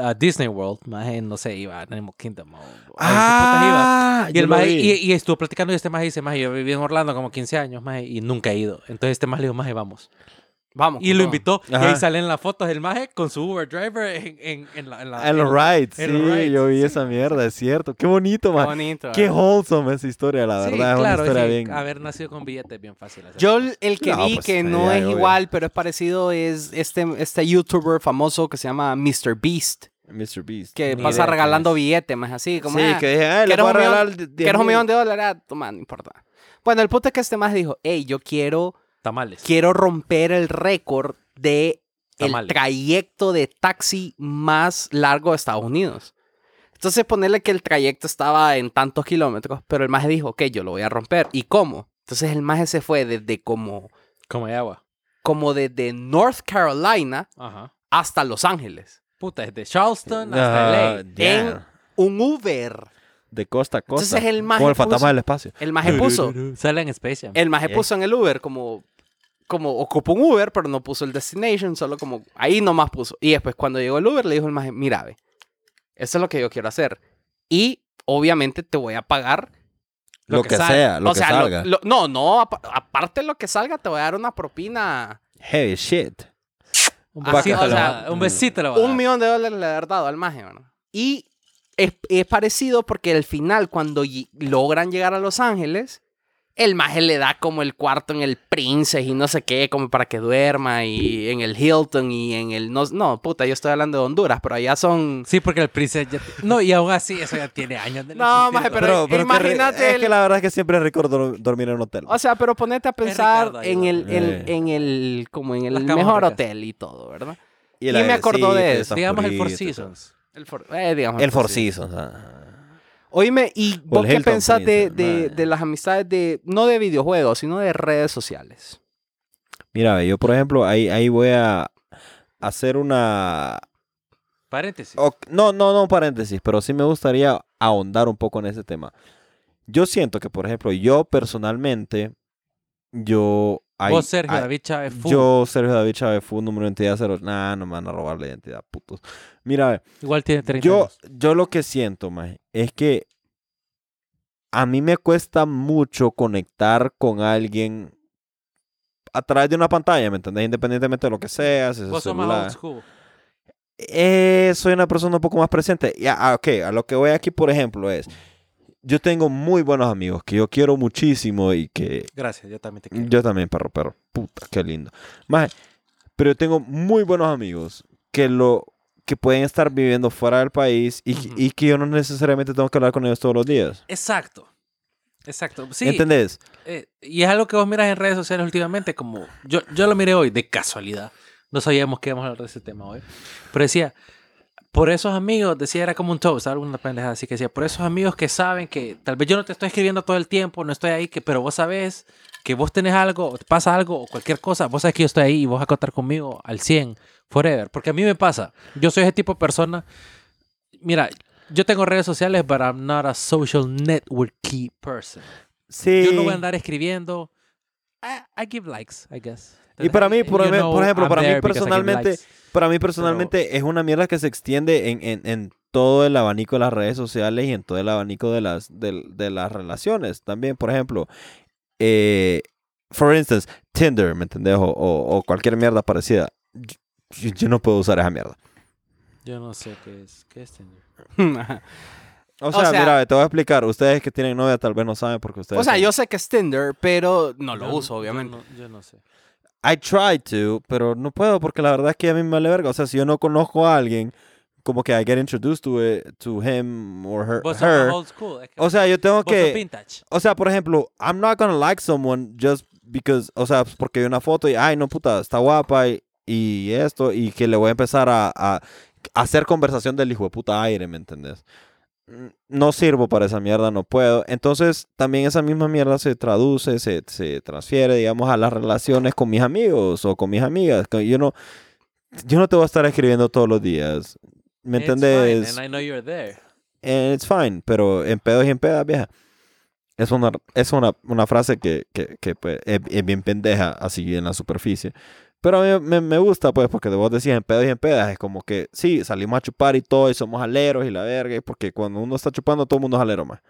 Speaker 2: a Disney World. Maje, no sé, iba a Animal Kingdom. o- o a donde
Speaker 3: Ah,
Speaker 2: putas iba.
Speaker 1: Ah,
Speaker 2: Y, el maje, y, y estuvo platicando y este maje dice, maje, yo viví en Orlando como 15 años, maje, y nunca he ido. Entonces este maje le dijo, maje, vamos.
Speaker 1: Vamos.
Speaker 2: Y lo invitó, y
Speaker 3: Ajá.
Speaker 2: ahí salen las fotos del maje con su Uber driver en, en- en la... en la-
Speaker 3: El
Speaker 2: en-
Speaker 3: ride, sí,
Speaker 2: el ride,
Speaker 3: yo vi esa mierda, es cierto. Qué bonito,
Speaker 1: Qué
Speaker 3: man.
Speaker 1: bonito.
Speaker 3: Qué
Speaker 1: ¿verdad?
Speaker 3: wholesome esa historia, la
Speaker 2: Sí,
Speaker 3: verdad. es
Speaker 2: claro,
Speaker 3: una historia
Speaker 2: es que
Speaker 3: bien.
Speaker 2: haber nacido con billetes es bien fácil. hacer
Speaker 1: Yo el- el que
Speaker 3: No,
Speaker 1: vi
Speaker 3: pues,
Speaker 2: eh,
Speaker 1: que
Speaker 3: sí,
Speaker 1: no
Speaker 3: ahí,
Speaker 1: es
Speaker 3: obvio.
Speaker 1: igual, pero es parecido, es este, este youtuber famoso que se llama Mr. Beast,
Speaker 3: Mr. Beast.
Speaker 1: que
Speaker 2: Ni idea
Speaker 1: pasa
Speaker 2: quién
Speaker 1: regalando billetes, más así, como...
Speaker 3: sí,
Speaker 1: "Ah,
Speaker 3: que dije, ay, le
Speaker 1: ¿Quieres
Speaker 3: voy a
Speaker 1: un millón?
Speaker 3: regalar die- diez
Speaker 1: ¿Quieres un
Speaker 3: mil".
Speaker 1: millón de dólares? Ah, toma, no importa. Bueno, el punto es que este más dijo, hey, yo quiero,
Speaker 2: Tamales.
Speaker 1: quiero romper el récord de el
Speaker 2: Tamales.
Speaker 1: trayecto de taxi más largo de Estados Unidos. Entonces, ponerle que el trayecto estaba en tantos kilómetros, pero el maje dijo, ok, yo lo voy a romper. ¿Y cómo? Entonces, el maje se fue desde como,
Speaker 2: Como de agua.
Speaker 1: como desde North Carolina
Speaker 2: Ajá.
Speaker 1: hasta Los Ángeles.
Speaker 2: Puta, desde Charleston hasta
Speaker 3: Ah,
Speaker 2: LA.
Speaker 3: yeah.
Speaker 1: En- Un Uber.
Speaker 3: De costa a costa.
Speaker 1: Entonces el maje
Speaker 3: Como el fantasma
Speaker 1: puso-
Speaker 3: del espacio.
Speaker 1: El maje puso.
Speaker 2: Sale en Space Jam.
Speaker 1: El maje
Speaker 3: Eh.
Speaker 1: puso en el Uber como, como ocupó un Uber, pero no puso el destination, solo como ahí nomás puso. Y después cuando llegó el Uber le dijo el maje, mira, ve, eso es lo que yo quiero hacer. Y obviamente te voy a pagar.
Speaker 3: Lo, que,
Speaker 2: sal-
Speaker 3: sea, lo
Speaker 1: o
Speaker 3: que
Speaker 1: sea, lo-
Speaker 3: salga.
Speaker 1: lo- no, no, apa- aparte de lo que salga te voy a dar una propina.
Speaker 3: Heavy shit.
Speaker 2: Un
Speaker 1: Ajá,
Speaker 2: besito,
Speaker 1: o
Speaker 2: le
Speaker 1: sea,
Speaker 2: va- un besito le va a
Speaker 1: Un
Speaker 2: dar.
Speaker 1: millón de dólares le haber dado al maje, ¿verdad? Y es, es parecido porque al final, cuando lli- logran llegar a Los Ángeles, el maje le da como el cuarto en el Princess y no sé qué, como para que duerma, y en el Hilton y en el... No, no puta, yo estoy hablando de Honduras, pero allá son...
Speaker 2: Sí, porque el Princess ya... No, y aún así, eso ya tiene años de no
Speaker 1: No, maje,
Speaker 2: existir.
Speaker 1: pero-
Speaker 3: que re-
Speaker 1: imagínate
Speaker 3: Es que
Speaker 1: el-
Speaker 3: la verdad es que siempre es rico dor- dormir en un hotel.
Speaker 1: O sea, pero ponete a pensar
Speaker 2: Ricardo ahí,
Speaker 1: en
Speaker 2: ¿no?
Speaker 1: el,
Speaker 3: Eh.
Speaker 1: en, en el... como en
Speaker 2: Las
Speaker 1: el
Speaker 2: camas
Speaker 1: mejor
Speaker 2: ricas.
Speaker 1: hotel y todo, ¿verdad?
Speaker 3: y
Speaker 1: y me acordó de eso.
Speaker 2: Digamos el Four Seasons.
Speaker 1: El For, eh, digamos,
Speaker 3: El Four
Speaker 1: Seasons.
Speaker 3: Seasons. ajá.
Speaker 1: Oíme, ¿y
Speaker 3: O
Speaker 1: vos
Speaker 3: el
Speaker 1: qué
Speaker 3: Hilton,
Speaker 1: pensás de,
Speaker 3: Princeton,
Speaker 1: de-
Speaker 3: mae.
Speaker 1: de las amistades de, no de videojuegos, sino de redes sociales?
Speaker 3: Mira, ve, yo por ejemplo, ahí, ahí voy a hacer una...
Speaker 2: Paréntesis.
Speaker 3: Ok, No, no, no, paréntesis, pero sí me gustaría ahondar un poco en ese tema. Yo siento que, por ejemplo, yo personalmente, yo... ahí-
Speaker 2: Vos, Sergio
Speaker 3: ahí-
Speaker 2: David Chávez Fu.
Speaker 3: Yo, Sergio David Chávez, fue número de identidad cero. Nah, no me van a robar la identidad, putos. Mira, ve,
Speaker 2: Igual tiene 30
Speaker 3: yo,
Speaker 2: años.
Speaker 3: yo lo que siento, maje, es que a mí me cuesta mucho conectar con alguien a través de una pantalla, ¿me entendés? Independientemente de lo que sea, si es el
Speaker 2: Vos sos más
Speaker 3: celular.
Speaker 2: old school.
Speaker 3: Eh, soy una persona un poco más presente. Ya, ah, ok, a lo que voy aquí, por ejemplo, es, yo tengo muy buenos amigos que yo quiero muchísimo y que
Speaker 2: Gracias, yo también te quiero.
Speaker 3: yo también, perro, perro. Puta, qué lindo. Maje, pero yo tengo muy buenos amigos que lo que pueden estar viviendo fuera del país y, que-
Speaker 2: Ujú.
Speaker 3: y que yo no necesariamente tengo que hablar con ellos todos los días.
Speaker 2: Exacto. Exacto. Sí.
Speaker 3: ¿Entendés?
Speaker 2: Eh, y es algo que vos miras en redes sociales últimamente, como yo, yo lo miré hoy de casualidad. No sabíamos que íbamos a hablar de ese tema hoy. Pero decía, por esos amigos, decía, era como un toast, alguna pendejada así que decía, por esos amigos que saben que tal vez yo no te estoy escribiendo todo el tiempo, no estoy ahí, que, pero vos sabés que vos tenés algo, o te pasa algo, o cualquier cosa, vos sabés que yo estoy ahí y vos vas a contar conmigo al 100, forever. Porque a mí me pasa, yo soy ese tipo de persona. Mira, yo tengo redes sociales, but I'm not a social networky person.
Speaker 3: Sí.
Speaker 2: Yo no voy a andar escribiendo. I, I give likes, I guess.
Speaker 3: Y para mí, por
Speaker 2: You
Speaker 3: ejemplo-
Speaker 2: know
Speaker 3: por ejemplo,
Speaker 2: I'm
Speaker 3: para mí
Speaker 2: there because I give
Speaker 3: personalmente,
Speaker 2: likes.
Speaker 3: Para mí personalmente es una mierda que se extiende en, en- en todo el abanico de las redes sociales y en todo el abanico de las, de, de las relaciones. También, por ejemplo, eh, for instance, Tinder, ¿me entendés? O, o- o cualquier mierda parecida. Yo- yo- yo no puedo usar esa mierda.
Speaker 2: Yo no sé qué es. ¿Qué es Tinder?
Speaker 3: O sea,
Speaker 1: O sea-
Speaker 3: mira, te voy a explicar. Ustedes que tienen novia tal vez no saben porque ustedes...
Speaker 1: O sea,
Speaker 3: son-
Speaker 1: yo sé que es Tinder, pero no lo
Speaker 2: Yo-
Speaker 1: uso, obviamente.
Speaker 2: Yo no, yo no sé.
Speaker 3: I try to, pero no puedo porque la verdad es que a mí me vale verga. O sea, si yo no conozco a alguien, como que I get introduced to, it- to him or her.
Speaker 2: Vos sos
Speaker 3: her.
Speaker 2: más old school. es que
Speaker 3: O sea, yo tengo
Speaker 2: vos sos
Speaker 3: que...
Speaker 2: vintage.
Speaker 3: O sea, por ejemplo, I'm not gonna like someone just because... O sea, porque vi una foto y, ay, no, puta, está guapa y, y esto. Y que le voy a empezar a, a hacer conversación del hijo de puta aire, ¿me entendés? Mm, No sirvo para esa mierda, no puedo. Entonces, también esa misma mierda se traduce, se, se transfiere, digamos, a las relaciones con mis amigos o con mis amigas. que Yo no, yo no te voy a estar escribiendo todos los días. ¿Me
Speaker 2: It's fine,
Speaker 3: entendés?
Speaker 2: and I know you're there.
Speaker 3: And Eh, it's fine, pero en pedos y en pedas, vieja. Es una, es una, una frase que, que, que, pues, es, es bien pendeja así en la superficie. Pero a mí me, me gusta, pues, porque vos decís en pedos y en pedas, es como que sí, salimos a chupar y todo, y somos aleros y la verga, y porque cuando uno está chupando, todo el mundo es alero más.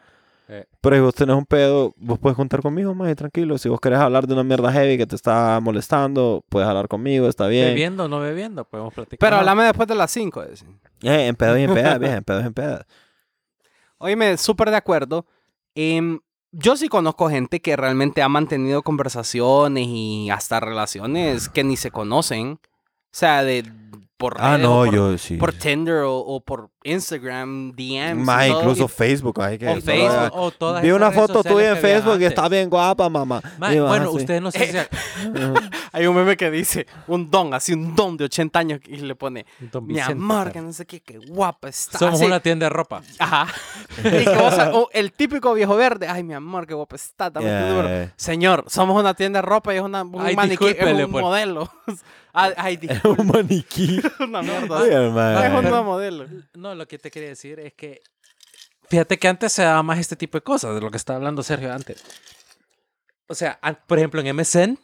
Speaker 2: Eh.
Speaker 3: Pero si vos tenés un pedo, vos puedes contar conmigo más tranquilo. Si vos querés hablar de una mierda heavy que te está molestando, puedes hablar conmigo, está bien.
Speaker 2: Bebiendo o no bebiendo, podemos platicar.
Speaker 1: Pero
Speaker 2: Ajá.
Speaker 1: hablame después de las 5.
Speaker 3: Eh, en pedos y en pedas, vieja, en pedos y en pedas.
Speaker 1: Oíme, súper de acuerdo. Em, yo sí conozco gente que realmente ha mantenido conversaciones y hasta relaciones que ni se conocen. O sea, de por
Speaker 3: Ah,
Speaker 1: redes o
Speaker 3: no,
Speaker 1: por,
Speaker 3: yo sí.
Speaker 1: por Tinder o, o por Instagram, DMs. y
Speaker 3: Más
Speaker 1: todo,
Speaker 3: incluso
Speaker 1: y-
Speaker 3: Facebook. ay, que
Speaker 1: O
Speaker 3: no,
Speaker 1: Facebook,
Speaker 3: ah,
Speaker 2: o todas
Speaker 3: Vi
Speaker 2: esas
Speaker 3: una
Speaker 2: redes
Speaker 3: foto
Speaker 2: sociales
Speaker 3: tuya en
Speaker 2: que había
Speaker 3: Facebook y ah,
Speaker 2: antes.
Speaker 3: está bien guapa, mamá.
Speaker 2: Ma-
Speaker 3: Y vas
Speaker 2: bueno,
Speaker 3: así.
Speaker 2: ustedes no sé si...
Speaker 1: Hay un meme que dice, un don, así un don de 80 años y le pone,
Speaker 2: Don
Speaker 1: mi
Speaker 2: Vicente,
Speaker 1: amor,
Speaker 2: pero-
Speaker 1: que no sé qué, qué guapa está.
Speaker 2: Somos
Speaker 1: Así,
Speaker 2: una tienda de ropa.
Speaker 1: Ajá. Y que vos sa- o el típico viejo verde, ay, mi amor, qué guapa está, dame tu
Speaker 3: Yeah.
Speaker 1: número". Señor, somos una tienda de ropa y es una, un
Speaker 2: Ay,
Speaker 1: maniquí, es
Speaker 2: discúlpele,
Speaker 1: un
Speaker 2: pues.
Speaker 1: modelo. ay, ay,
Speaker 3: Es un
Speaker 1: disculpe,
Speaker 3: maniquí.
Speaker 1: una mierda.
Speaker 3: Ay, hermano.
Speaker 1: es un
Speaker 2: pero-
Speaker 1: nuevo modelo.
Speaker 2: No, lo que te quería decir es que... Fíjate que antes se daba más este tipo de cosas, de lo que estaba hablando Sergio antes. O sea, an- por ejemplo, en MSN,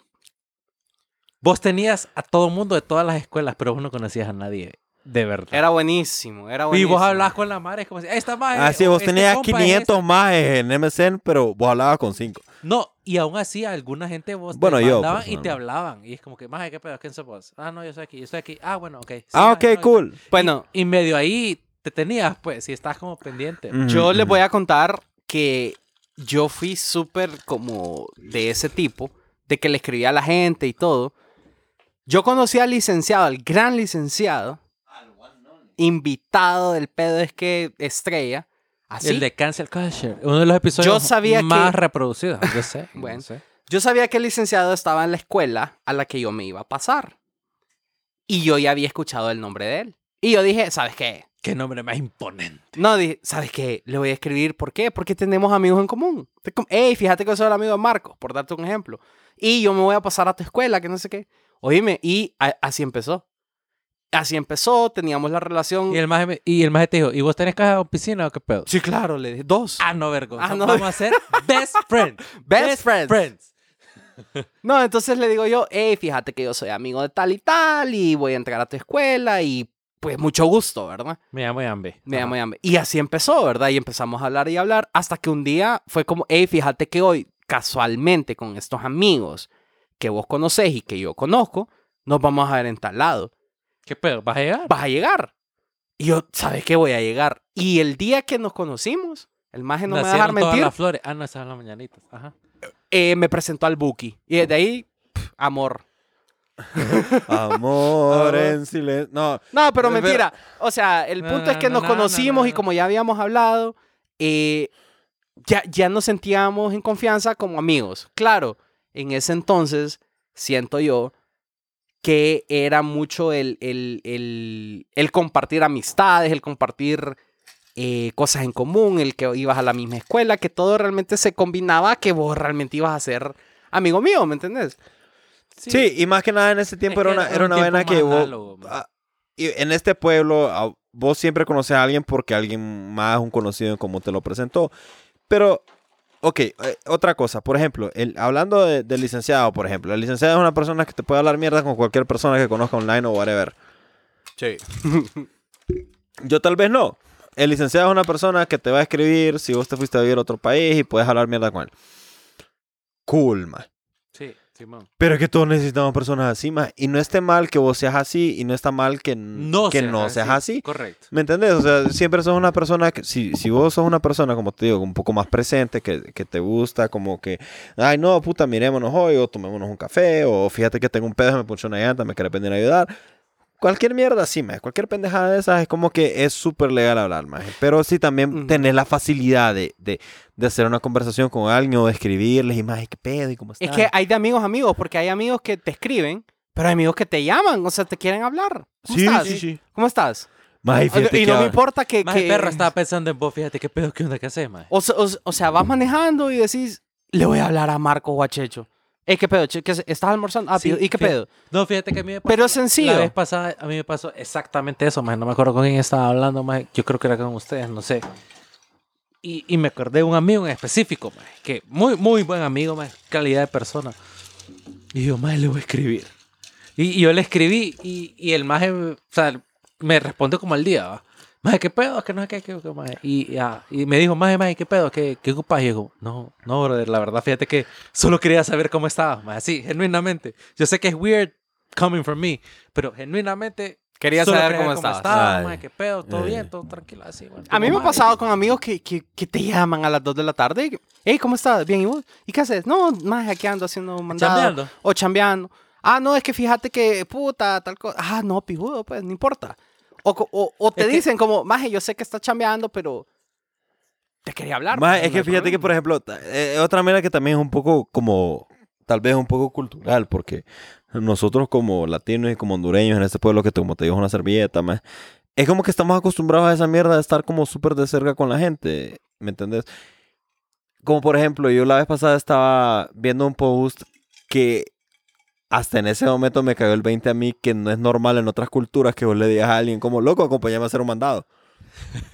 Speaker 2: vos tenías a todo mundo de todas las escuelas, pero vos no conocías a nadie, de verdad.
Speaker 1: Era buenísimo, era
Speaker 2: y
Speaker 1: buenísimo.
Speaker 2: vos hablabas con la madre, es como si, esta madre...
Speaker 3: Así,
Speaker 2: o
Speaker 3: Ah, vos
Speaker 2: este
Speaker 3: tenías
Speaker 2: compa es
Speaker 3: 500 más en MSN, pero vos hablabas con 5.
Speaker 2: No, y aún así alguna gente vos
Speaker 3: Bueno,
Speaker 2: te
Speaker 3: yo,
Speaker 2: mandaban
Speaker 3: pues,
Speaker 2: y te
Speaker 3: no.
Speaker 2: hablaban. Y es como que, más ¿qué pedo? ¿Quién sos vos? Ah, no, yo soy aquí, yo soy aquí. Ah, bueno, ok. Sí,
Speaker 3: Ah,
Speaker 2: maje, no,
Speaker 3: ok,
Speaker 2: yo-
Speaker 3: cool.
Speaker 1: Bueno,
Speaker 2: Y medio ahí te tenías, pues, y estás como pendiente. pues.
Speaker 1: yo les voy a contar que yo fui súper como de ese tipo, de que le escribía a la gente y todo. Yo conocí al licenciado, al gran licenciado, invitado del pedo es que estrella. Así.
Speaker 2: El de Cancel Culture. Uno de los episodios
Speaker 1: Yo sabía que-
Speaker 2: más reproducidos. Yo sé. yo
Speaker 1: Bueno.
Speaker 2: sé.
Speaker 1: Yo sabía que el licenciado estaba en la escuela a la que yo me iba a pasar. Y yo ya había escuchado el nombre de él. Y yo dije, ¿sabes qué?
Speaker 2: Qué nombre más imponente.
Speaker 1: No, dije, ¿sabes qué? Le voy a escribir, ¿por qué? Porque tenemos amigos en común. Te com- Ey, fíjate que yo soy el amigo de Marcos, por darte un ejemplo. Y yo me voy a pasar a tu escuela, que no sé qué. Oíme, y a- así empezó. Así empezó, teníamos la relación.
Speaker 2: Y el más y el maje te dijo, ¿y vos tenés casa o piscina o qué pedo?
Speaker 1: Mm. Sí, claro, le dije, dos.
Speaker 2: Ah, no, vergüenza.
Speaker 1: Ah, no.
Speaker 2: Vamos a ser best friends.
Speaker 1: best, friends. No, entonces le digo yo, hey, fíjate que yo soy amigo de tal y tal y voy a entrar a tu escuela y pues mucho gusto, ¿verdad?
Speaker 2: Me llamo Yambi.
Speaker 1: Me llamo Yambe. Y así empezó, ¿verdad? Y empezamos a hablar y hablar hasta que un día fue como, hey, fíjate que hoy casualmente con estos amigos que vos conocés y que yo conozco, nos vamos a ver en tal lado.
Speaker 2: ¿Qué pedo? ¿Vas a llegar?
Speaker 1: Vas a llegar. Y yo, ¿sabes qué? Voy a llegar. Y el día que nos conocimos, el maje no me va a dejar
Speaker 2: Nacieron todas
Speaker 1: mentir,
Speaker 2: las flores. Ah, no, esas son las mañanitas. Ajá.
Speaker 1: eh, me presentó al Buki. Y desde ahí, pf, amor.
Speaker 3: Amor en silencio. No,
Speaker 1: No, pero
Speaker 3: Pero-
Speaker 1: mentira. O sea, el
Speaker 2: No,
Speaker 1: punto
Speaker 2: no,
Speaker 1: es que
Speaker 2: no,
Speaker 1: nos
Speaker 2: no, no,
Speaker 1: conocimos
Speaker 2: no,
Speaker 1: y
Speaker 2: no.
Speaker 1: como ya habíamos hablado, eh, ya, ya nos sentíamos en confianza como amigos. Claro, en ese entonces siento yo que era mucho el, el- el- el compartir amistades, el compartir eh, cosas en común, el que ibas a la misma escuela, que todo realmente se combinaba, que vos realmente ibas a ser amigo mío, ¿me entendés?
Speaker 3: sí. y más que nada en ese tiempo
Speaker 2: Es
Speaker 3: era
Speaker 2: que
Speaker 3: una, era una
Speaker 2: un tiempo
Speaker 3: vena
Speaker 2: más
Speaker 3: que vos.
Speaker 2: análogo, man.
Speaker 3: ah, y en este pueblo, ah, vos siempre conoces a alguien porque alguien más, un conocido, como te lo presentó. Pero, ok, eh, otra cosa. Por ejemplo, el, hablando de- del licenciado, por ejemplo. El licenciado es una persona que te puede hablar mierda con cualquier persona que conozca online o whatever.
Speaker 1: Sí.
Speaker 3: Yo tal vez no. El licenciado es una persona que te va a escribir si vos te fuiste a vivir a otro país y puedes hablar mierda con él. Cool, man.
Speaker 2: Sí, sí. Simón.
Speaker 3: Pero es que todos necesitamos personas así, más. Y no esté mal que vos seas así y no está mal que,
Speaker 2: No
Speaker 3: mm, que
Speaker 2: seas
Speaker 3: no seas así.
Speaker 2: Correcto.
Speaker 3: ¿Me entendés? O sea, siempre sos una persona que, si, si vos sos una persona, como te digo, un poco más presente, que, que te gusta, como que, ay, no, puta, mirémonos hoy, o tomémonos un café, o fíjate que tengo un pedo, me puso una llanta, me querés venir a ayudar. Cualquier mierda, sí, maje, cualquier pendejada de esas es como que es súper legal hablar, maje. Pero sí también
Speaker 1: Ujú.
Speaker 3: tener la facilidad de, de, de hacer una conversación con alguien o de escribirles y más, ¿qué pedo? ¿Y cómo
Speaker 1: Es
Speaker 3: estás?
Speaker 1: que hay de amigos a amigos, porque hay amigos que te escriben, pero hay amigos que te llaman, o sea, te quieren hablar. ¿Cómo
Speaker 3: Sí,
Speaker 1: estás?
Speaker 3: sí, sí.
Speaker 1: ¿Cómo estás?
Speaker 3: Maje, fíjate
Speaker 1: y
Speaker 3: que
Speaker 1: no me
Speaker 3: ahora-
Speaker 1: importa que...
Speaker 2: Más el
Speaker 1: que-
Speaker 2: perro estaba pensando en vos, fíjate qué pedo que onda que haces, más.
Speaker 1: O, se- o se- o sea, vas manejando y decís, le voy a hablar a Marco Guachecho. Ey, ¿qué pedo? Che, ¿qué haces? ¿Estás almorzando? Ah,
Speaker 2: Sí,
Speaker 1: pido- ¿Y qué
Speaker 2: fíjate-
Speaker 1: pedo?
Speaker 2: No, fíjate que a mí me pasó.
Speaker 1: Pero es sencillo.
Speaker 2: La vez pasada a mí me pasó exactamente eso, más no me acuerdo con quién estaba hablando, más yo creo que era con ustedes, no sé. Y, y me acordé de un amigo en específico, más que muy, muy buen amigo, más calidad de persona. Y yo, más le voy a escribir. Y, y yo le escribí y, y el más, o sea, me respondió como al día, ¿va? Maje, ¿qué pedo? Que no sé qué, qué, qué, maje. Y, y, ah, y me dijo, maje, maje, ¿qué pedo? ¿Qué, qué ocupas? Y yo, como, no, no, brother, la verdad, fíjate que solo quería saber cómo estabas, maje, así, genuinamente. Yo sé que es weird coming from me, pero genuinamente...
Speaker 1: Quería
Speaker 2: solo
Speaker 1: saber cómo estabas.
Speaker 3: Ay.
Speaker 2: maje, ¿Qué pedo? ¿Todo
Speaker 3: Ay.
Speaker 2: bien? ¿Todo tranquilo? Así, bueno,
Speaker 1: A mí me ha
Speaker 2: maje.
Speaker 1: pasado con amigos que, que, que te llaman a las 2 de la tarde. y, Ey, ¿cómo estás? Bien, ¿y vos? ¿Y qué haces? No, más aquí ando haciendo un mandado.
Speaker 2: ¿Chambeando?
Speaker 1: O chambeando. Ah, no, es que fíjate que puta, tal cosa. Ah, no, pijudo, pues, no importa. O, co- o- o te
Speaker 2: Es que-
Speaker 1: dicen como, maje, yo sé que estás chambeando, pero te quería hablar.
Speaker 3: Maje,
Speaker 1: pues,
Speaker 3: es
Speaker 1: no
Speaker 3: que
Speaker 1: hay
Speaker 3: fíjate que, por
Speaker 1: problema".
Speaker 3: ejemplo, ta- eh, otra manera que también es un poco como, tal vez un poco cultural, porque nosotros como latinos y como hondureños en este pueblo que, te- como te digo, es una servilleta, más es como que estamos acostumbrados a esa mierda de estar como súper de cerca con la gente, ¿me entendés? Como por ejemplo, yo la vez pasada estaba viendo un post que hasta en ese momento me cagó el 20 a mí, que no es normal en otras culturas que vos le digas a alguien como, loco, acompáñame a hacer un mandado.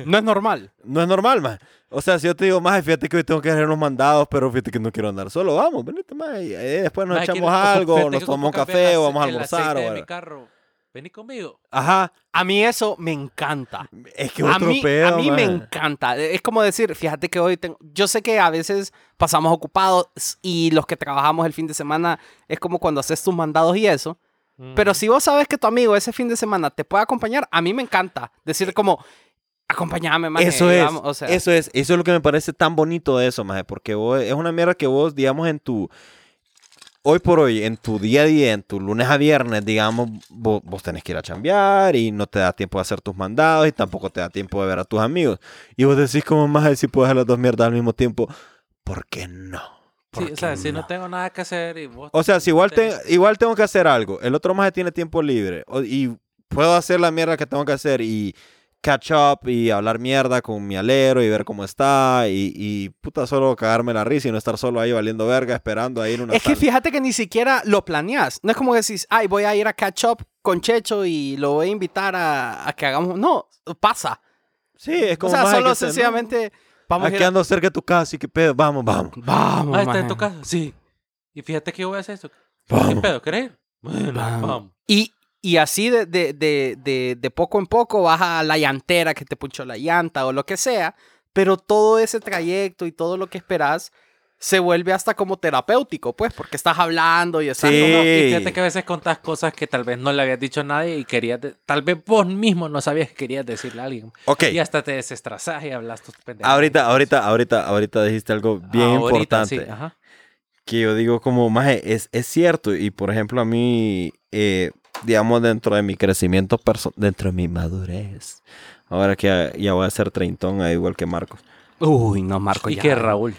Speaker 1: No es normal.
Speaker 3: No es normal, más. O sea, si yo te digo, más, fíjate que hoy tengo que hacer unos mandados, pero fíjate que no quiero andar solo. Vamos, venite, más. Y eh, después nos
Speaker 2: Maje,
Speaker 3: echamos
Speaker 2: quiero- fíjate
Speaker 3: algo,
Speaker 2: que
Speaker 3: nos
Speaker 2: ocupo
Speaker 3: tomamos un
Speaker 2: cambiar
Speaker 3: café
Speaker 2: la-
Speaker 3: o vamos a
Speaker 2: el
Speaker 3: almorzar.
Speaker 2: aceite
Speaker 3: o-
Speaker 2: de mi carro. Vení conmigo.
Speaker 3: Ajá.
Speaker 1: A mí eso me encanta.
Speaker 3: Es que
Speaker 1: A
Speaker 3: otro
Speaker 1: mí,
Speaker 3: pedo,
Speaker 1: a mí me
Speaker 3: maje.
Speaker 1: encanta. Es como decir, fíjate que hoy tengo. Yo sé que a veces pasamos ocupados y los que trabajamos el fin de semana es como cuando haces tus mandados y eso. Pero si vos sabes que tu amigo ese fin de semana te puede acompañar, a mí me encanta decir como, acompáñame, maje,
Speaker 3: Eh, Eso es,
Speaker 1: vamos", o sea,
Speaker 3: eso es, eso es lo que me parece tan bonito de eso, maje, porque vos- es una mierda que vos, digamos, en tu, hoy por hoy, en tu día a día, en tu lunes a viernes, digamos, vos, vos tenés que ir a chambear y no te da tiempo de hacer tus mandados y tampoco te da tiempo de ver a tus amigos. Y vos decís como, maje, si puedes hacer las dos mierdas al mismo tiempo, ¿por qué no?
Speaker 2: Sí,
Speaker 3: ¿Por
Speaker 2: o
Speaker 3: qué
Speaker 2: sea, si no tengo nada que hacer y vos...
Speaker 3: o sea, si igual, te-
Speaker 2: tenés-
Speaker 3: igual tengo que hacer algo, el otro maje tiene tiempo libre o- y puedo hacer la mierda que tengo que hacer y catch up y hablar mierda con mi alero y ver cómo está y, y puta solo cagarme la risa y no estar solo ahí valiendo verga esperando a ir una
Speaker 1: Es que
Speaker 3: sala.
Speaker 1: fíjate que ni siquiera lo planeas. No es como que decís, ay, voy a ir a catch up con Checho y lo voy a invitar a, a que hagamos. No, pasa.
Speaker 3: Sí, es
Speaker 1: O
Speaker 3: como
Speaker 1: sea,
Speaker 3: maje,
Speaker 1: solo
Speaker 3: que se- ¿no?
Speaker 1: sencillamente vamos a
Speaker 3: Aquí
Speaker 1: ir a-
Speaker 3: ando cerca de tu casa y qué pedo, vamos, vamos.
Speaker 1: Vamos,
Speaker 2: Ah, está
Speaker 1: maje.
Speaker 2: en tu casa. Sí. Y fíjate que yo voy a hacer esto. ¿Qué
Speaker 3: Vamos.
Speaker 2: pedo? ¿Querés ir? Bueno,
Speaker 1: Vamos.
Speaker 2: vamos.
Speaker 1: Y, y así de, de, de, de, de poco en poco vas a la llantera que te punchó la llanta o lo que sea, pero todo ese trayecto y todo lo que esperas se vuelve hasta como terapéutico, pues, porque estás hablando y estás...
Speaker 3: Sí.
Speaker 2: No,
Speaker 1: como-
Speaker 2: y
Speaker 3: Ey.
Speaker 2: fíjate que a veces contás cosas que tal vez no le habías dicho a nadie y querías... de- Tal vez vos mismo no sabías que querías decirle a alguien.
Speaker 3: Ok,
Speaker 2: Y hasta te desestrasás y hablas tus pendejadas.
Speaker 3: ahorita, ahorita, ahorita, ahorita dijiste algo bien
Speaker 2: Ahorita,
Speaker 3: importante.
Speaker 2: sí, ajá.
Speaker 3: que yo digo como, maje, es, es cierto. Y por ejemplo, a mí, eh, digamos, dentro de mi crecimiento personal, dentro de mi madurez, ahora que ya, ya voy a ser treintón, eh, igual que Marcos.
Speaker 1: Uy, no, Marco,
Speaker 2: Y
Speaker 1: ya.
Speaker 3: ah,
Speaker 2: que Raúl.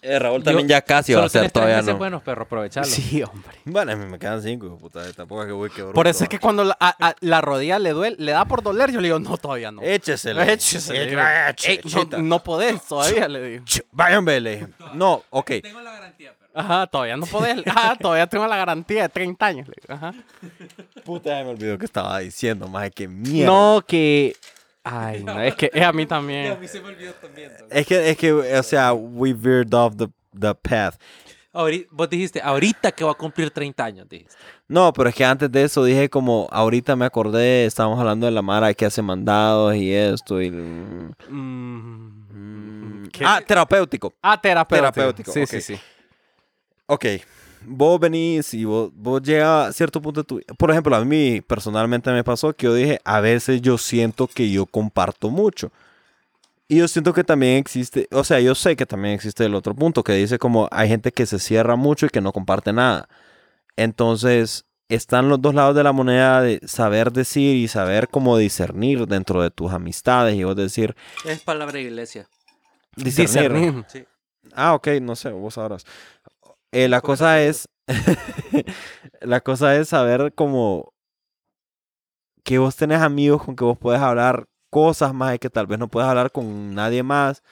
Speaker 1: Eh,
Speaker 3: Raúl
Speaker 2: también Yo- ya
Speaker 3: casi
Speaker 2: Solo tenés tres meses buenos, pero aprovechalo.
Speaker 1: Sí, hombre.
Speaker 3: Bueno, a mí me quedan cinco, hijo de puta, tampoco es que voy que bruto,
Speaker 1: Por eso es
Speaker 3: ¿va?
Speaker 1: que cuando la, a- a- la rodilla le duele, le da por doler, yo le digo, no, todavía no.
Speaker 3: Échesele.
Speaker 1: Échesele,
Speaker 3: Échele,
Speaker 1: digo. Ey, no,
Speaker 3: chita.
Speaker 1: no podés todavía, le digo.
Speaker 3: Ch- Vayan, vele. No, ok.
Speaker 2: Tengo la garantía, pero...
Speaker 1: Ajá, todavía no podés. Ajá, todavía tengo la garantía de 30 años, le digo. Ajá.
Speaker 3: Puta, ya me olvidó que estaba diciendo, maje, que mierda.
Speaker 1: No, que. Ay, no, es que es a mí también.
Speaker 2: se me olvidó también.
Speaker 3: Es que, es que, o sea, we veered off the, the path.
Speaker 2: Ahorita, vos dijiste, ahorita que va a cumplir 30 años, dijiste.
Speaker 3: No, pero es que antes de eso dije como, ahorita me acordé, estábamos hablando de la Mara que hace mandados y esto y...
Speaker 1: Mm, ¿qué?
Speaker 3: Ah, terapéutico.
Speaker 1: Ah, terapéutico.
Speaker 3: Terapéutico,
Speaker 1: Sí,
Speaker 3: ok.
Speaker 1: sí, sí.
Speaker 3: Ok. vos venís y vos, vos llegas a cierto punto de tu Por ejemplo, a mí personalmente me pasó que yo dije, a veces yo siento que yo comparto mucho. Y yo siento que también existe, o sea, yo sé que también existe el otro punto que dice como hay gente que se cierra mucho y que no comparte nada. Entonces, están los dos lados de la moneda de saber decir y saber cómo discernir dentro de tus amistades y vos decir,
Speaker 2: Es palabra iglesia.
Speaker 3: discernir.
Speaker 1: Discernir.
Speaker 2: Sí.
Speaker 3: Ah, ok, no sé, vos sabrás. Eh, la cosa es. la cosa es saber como. Que vos tenés amigos con que vos puedes hablar cosas más y que tal vez no puedes hablar con nadie más.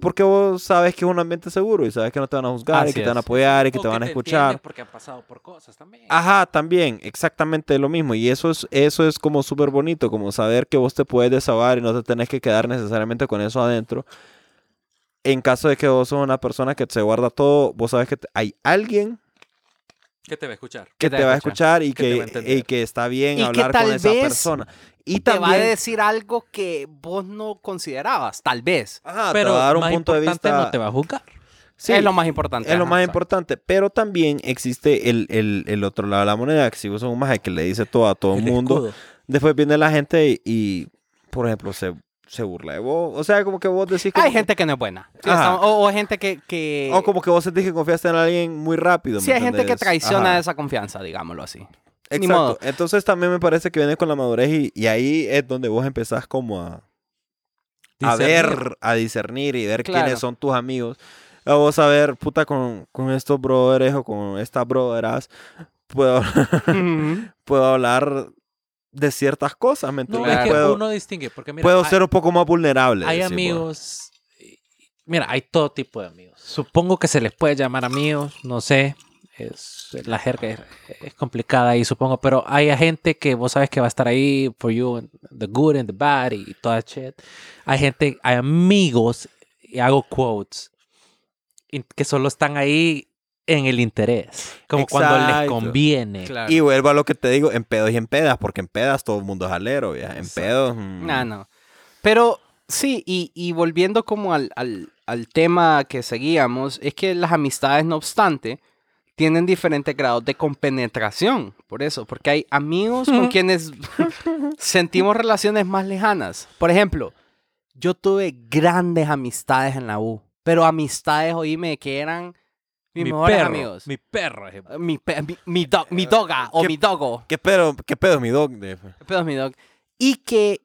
Speaker 3: Porque vos sabes que es un ambiente seguro y sabes que no te van a juzgar y
Speaker 1: Así
Speaker 3: que te van a
Speaker 1: es.
Speaker 3: apoyar y que te van a escuchar. Ah.
Speaker 2: Porque han pasado por cosas también.
Speaker 3: Ajá, también, exactamente lo mismo. Y eso es, eso es como súper bonito, como saber que vos te puedes desahogar y no te tenés que quedar necesariamente con eso adentro. En caso de que vos sos una persona que se guarda todo, vos sabes que te- hay alguien
Speaker 2: ¿Qué te va a escuchar?
Speaker 3: que te, va a escuchar y
Speaker 2: que te va a
Speaker 3: que,
Speaker 2: entender.
Speaker 3: y que está bien
Speaker 1: Y que
Speaker 3: hablar con
Speaker 1: tal
Speaker 3: esa
Speaker 1: vez
Speaker 3: persona. Y
Speaker 1: Te va a
Speaker 3: también,
Speaker 1: decir algo que vos no considerabas, tal vez.
Speaker 3: ajá, Ah, te
Speaker 2: Pero
Speaker 3: va a dar un
Speaker 2: más
Speaker 3: punto de
Speaker 2: importante,
Speaker 3: vista.
Speaker 2: no te va a juzgar.
Speaker 3: Sí.
Speaker 1: es lo más importante.
Speaker 3: Es lo
Speaker 1: ajá,
Speaker 3: más
Speaker 1: exacto.
Speaker 3: importante, pero también existe el, el- el otro lado de la moneda, que si vos sos un maje que le dice todo a todo el mundo, Después viene la gente y, y, por ejemplo, se, se burla de vos. O sea, como que vos decís... como
Speaker 1: Hay
Speaker 3: que-
Speaker 1: gente que no es buena. Sí,
Speaker 3: Ajá.
Speaker 1: estamos- o, o gente que... que...
Speaker 3: O como que vos sentís que confiaste en alguien muy rápido. ¿me
Speaker 1: Sí, hay gente que
Speaker 3: entendés?
Speaker 1: traiciona
Speaker 3: Ajá.
Speaker 1: esa confianza, digámoslo así. ni
Speaker 3: Exacto.
Speaker 1: modo.
Speaker 3: Entonces también me parece que viene con la madurez y, y ahí es donde vos empezás como a, a ver, a discernir y ver
Speaker 1: Claro.
Speaker 3: quiénes son tus amigos. A vos a ver, puta, con, con estos brothers o con estas brotheras, puedo, puedo hablar de ciertas cosas, ¿me
Speaker 2: No,
Speaker 3: entendés?
Speaker 2: es que
Speaker 3: puedo
Speaker 2: uno distingue. Porque mira,
Speaker 3: puedo
Speaker 2: hay-
Speaker 3: ser un poco más vulnerable.
Speaker 2: hay
Speaker 3: decís vos.
Speaker 2: amigos. Mira, hay todo tipo de amigos. Supongo que se les puede llamar amigos, no sé. Es, la jerga es, es complicada ahí, supongo. Pero hay gente que vos sabes que va a estar ahí for you, the good and the bad y toda shit. Hay gente, hay amigos, y hago quotes, in- que solo están ahí en el interés. Como cuando les
Speaker 3: Exacto.
Speaker 2: conviene.
Speaker 1: Claro.
Speaker 3: Eh, Y vuelvo a lo que te digo, en pedos y en pedas, porque en pedas todo el mundo es alero, ya. En
Speaker 2: Exacto.
Speaker 3: pedos. mm,
Speaker 1: Ah, no. Pero sí, y, y volviendo como al, al- al tema que seguíamos, es que las amistades, no obstante, tienen diferentes grados de compenetración. Por eso, porque hay amigos con quienes sentimos relaciones más lejanas. Por ejemplo, yo tuve grandes amistades en la U, pero amistades, oíme, que eran mis mejores amigos. Mi, Eh,
Speaker 2: Mi perro. es-
Speaker 1: pe- mi- mi dog- mi doga o
Speaker 3: ¿Qué-
Speaker 1: mi dogo.
Speaker 3: ¿Qué pedo, qué pedo mi dog? de-
Speaker 1: ¿Qué pedo, mi dog? Y que,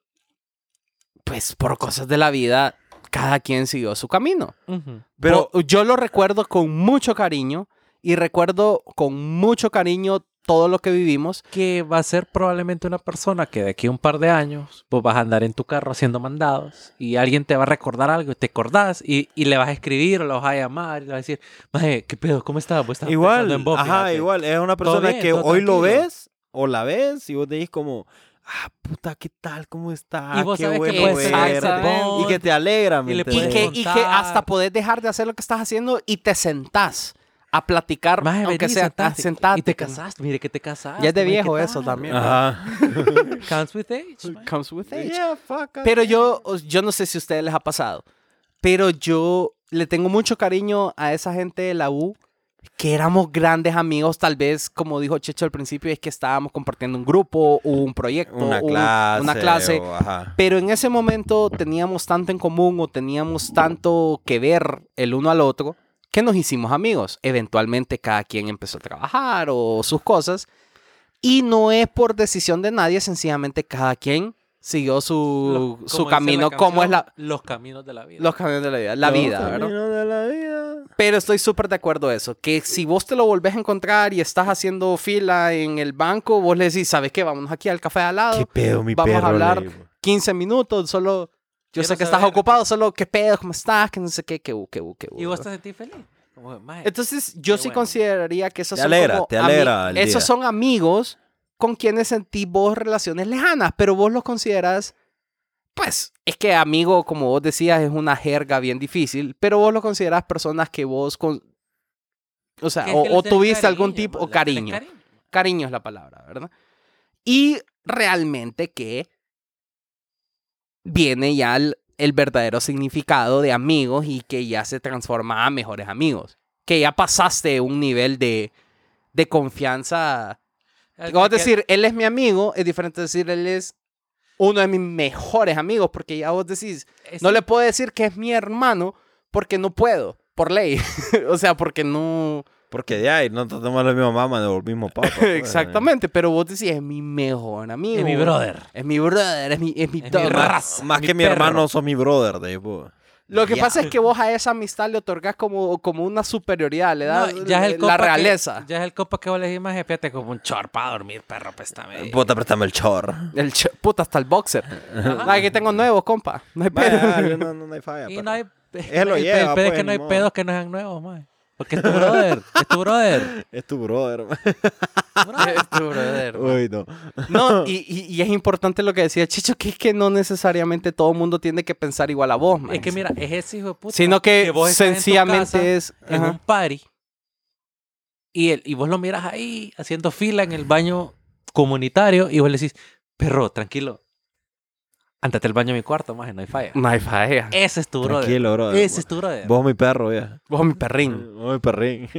Speaker 1: pues por cosas de la vida, cada quien siguió su camino.
Speaker 2: Ujú.
Speaker 3: Pero,
Speaker 1: Pero yo lo recuerdo con mucho cariño y recuerdo con mucho cariño todo lo que vivimos.
Speaker 2: que va a ser probablemente una persona que de aquí a un par de años vos vas a andar en tu carro haciendo mandados y alguien te va a recordar algo y te acordás y, y le vas a escribir o lo vas a llamar y le vas a decir, Maje, ¿qué pedo? ¿Cómo estás? Vos estabas
Speaker 3: igual,
Speaker 2: pensando en vos,
Speaker 3: ajá,
Speaker 2: fíjate".
Speaker 3: igual. Es una persona
Speaker 2: bien,
Speaker 3: que
Speaker 2: todo
Speaker 3: hoy lo
Speaker 2: tranquilo.
Speaker 3: ves o la ves y vos te dices como, ah, puta, ¿qué tal? ¿Cómo está?
Speaker 2: Y vos
Speaker 3: qué
Speaker 2: sabes que
Speaker 3: bueno
Speaker 2: puede ser
Speaker 3: verte".
Speaker 1: exactamente.
Speaker 3: Y que te alegra, ¿me
Speaker 2: Y le
Speaker 1: Y
Speaker 2: Puedes
Speaker 1: que,
Speaker 3: entendés?
Speaker 1: y que
Speaker 2: contar.
Speaker 1: hasta podés dejar de hacer lo que estás haciendo y te sentás a platicar,
Speaker 2: Maje,
Speaker 1: aunque
Speaker 2: vení,
Speaker 1: sea
Speaker 2: sentate.
Speaker 1: ah, sentate.
Speaker 2: Y te casaste, mire que te casaste.
Speaker 1: Ya es de
Speaker 2: maje, ¿qué
Speaker 1: viejo eso
Speaker 2: tal?
Speaker 1: también.
Speaker 3: Ajá.
Speaker 2: Comes with age. maje.
Speaker 1: Comes with age.
Speaker 3: Yeah, fuck,
Speaker 1: Pero
Speaker 3: I-
Speaker 1: yo, yo no sé si a ustedes les ha pasado, pero yo le tengo mucho cariño a esa gente de la U, que éramos grandes amigos, tal vez, como dijo Checho al principio, es que estábamos compartiendo un grupo, o un proyecto,
Speaker 3: Una
Speaker 1: o un-
Speaker 3: clase.
Speaker 1: una clase.
Speaker 3: o- ajá.
Speaker 1: Pero en ese momento teníamos tanto en común o teníamos tanto que ver el uno al otro que nos hicimos amigos. Eventualmente cada quien empezó a trabajar o sus cosas. Y no es por decisión de nadie, sencillamente cada quien siguió su,
Speaker 2: Lo-
Speaker 1: su
Speaker 2: como dice
Speaker 1: camino,
Speaker 2: la
Speaker 1: como es la,
Speaker 2: canción, Los caminos de la vida.
Speaker 1: los caminos de la vida, la
Speaker 3: Los
Speaker 1: vida, ¿verdad?
Speaker 3: caminos de la vida.
Speaker 1: Pero estoy súper de acuerdo a eso, que si vos te lo volvés a encontrar y estás haciendo fila en el banco, vos le decís, ¿sabes qué? Vámonos aquí al café de al lado.
Speaker 3: ¿Qué pedo, mi
Speaker 1: Vamos a
Speaker 3: perro? Le
Speaker 1: hablar
Speaker 3: digo.
Speaker 1: 15 minutos, solo yo
Speaker 2: Quiero
Speaker 1: sé que estás
Speaker 2: saber-
Speaker 1: ocupado, solo qué pedo, cómo estás, que no sé qué, que bu, que bu, que bu,
Speaker 2: Y vos te
Speaker 1: ¿verdad?
Speaker 2: sentís feliz. Como, "Maje,
Speaker 1: Entonces, yo
Speaker 2: Qué
Speaker 1: sí
Speaker 2: bueno.
Speaker 1: consideraría que esos
Speaker 3: Te
Speaker 1: son
Speaker 3: alegra,
Speaker 1: como
Speaker 3: te
Speaker 1: ami-
Speaker 3: alegra el
Speaker 1: esos
Speaker 3: día.
Speaker 1: son amigos con quienes sentís vos relaciones lejanas, pero vos los consideras pues es que amigo, como vos decías, es una jerga bien difícil, pero vos los consideras personas que vos con o sea,
Speaker 2: que es
Speaker 1: o,
Speaker 2: que le
Speaker 1: o
Speaker 2: tenés
Speaker 1: tuviste algún
Speaker 2: cariño, pues,
Speaker 1: tipo
Speaker 2: maje,
Speaker 1: o
Speaker 2: le tenés
Speaker 1: cariño cariño es la palabra, ¿verdad? Y realmente que viene ya el, el verdadero significado de amigos y que ya se transforma a mejores amigos. Que ya pasaste un nivel de, de confianza. Vamos a decir, él es mi amigo, es diferente decir, él es uno de mis mejores amigos, porque ya vos decís, no le puedo decir que es mi hermano porque no puedo, por ley. o sea, porque no...
Speaker 3: Porque de ahí no tenemos la misma mamá, no el mismo papá. pues,
Speaker 1: Exactamente, pero vos decís, es mi mejor amigo.
Speaker 2: Es mi brother.
Speaker 1: Es mi brother, es mi, es mi
Speaker 2: Es mi
Speaker 1: dog.
Speaker 3: Más-
Speaker 2: raza,
Speaker 3: Más
Speaker 2: mi
Speaker 3: que mi
Speaker 2: perro.
Speaker 3: hermano, sos mi brother, de ahí, pues.
Speaker 1: Lo que
Speaker 3: Ya.
Speaker 1: pasa es que vos a esa amistad le otorgas como, como una superioridad, le das eh,
Speaker 2: No, ya es el
Speaker 1: la
Speaker 2: compa que-
Speaker 1: realeza.
Speaker 2: ya es el copa que vos le decís, más fíjate como un chorpa a dormir, perro, pues, pestame.
Speaker 3: eh, Puta, préstame el chor.
Speaker 1: El ch- puta, hasta el boxer. Ah, Aquí tengo nuevos, compa. No hay pedo.
Speaker 3: Vaya, no, no, no hay falla.
Speaker 2: Y
Speaker 3: pero-
Speaker 2: no hay.
Speaker 3: Él lo
Speaker 2: el
Speaker 3: lleva,
Speaker 2: pedo es
Speaker 3: pues,
Speaker 2: que no hay
Speaker 3: ni modo.
Speaker 2: pedos que no sean nuevos, mae. Porque es tu brother. es tu brother.
Speaker 3: Es tu brother.
Speaker 1: Es tu brother, man.
Speaker 3: Uy, no.
Speaker 1: No, y, y- y es importante lo que decía Chicho, que es que no necesariamente todo el mundo tiene que pensar igual a vos, man.
Speaker 2: Es que mira, es ese hijo de puta.
Speaker 1: Sino que,
Speaker 2: vos estás en tu casa,
Speaker 1: sencillamente es...
Speaker 2: en
Speaker 1: ajá.
Speaker 2: un party y, él, y vos lo miras ahí haciendo fila en el baño comunitario y vos le decís, perro, tranquilo, andate al baño de mi cuarto, más no hay falla.
Speaker 1: No hay falla.
Speaker 2: Ese es tu brother.
Speaker 3: Mm, Tranquilo, brother.
Speaker 2: Ese es tu brother.
Speaker 3: Vos mi perro, ya.
Speaker 1: Vos, mi perrín.
Speaker 3: Vos mi perrín.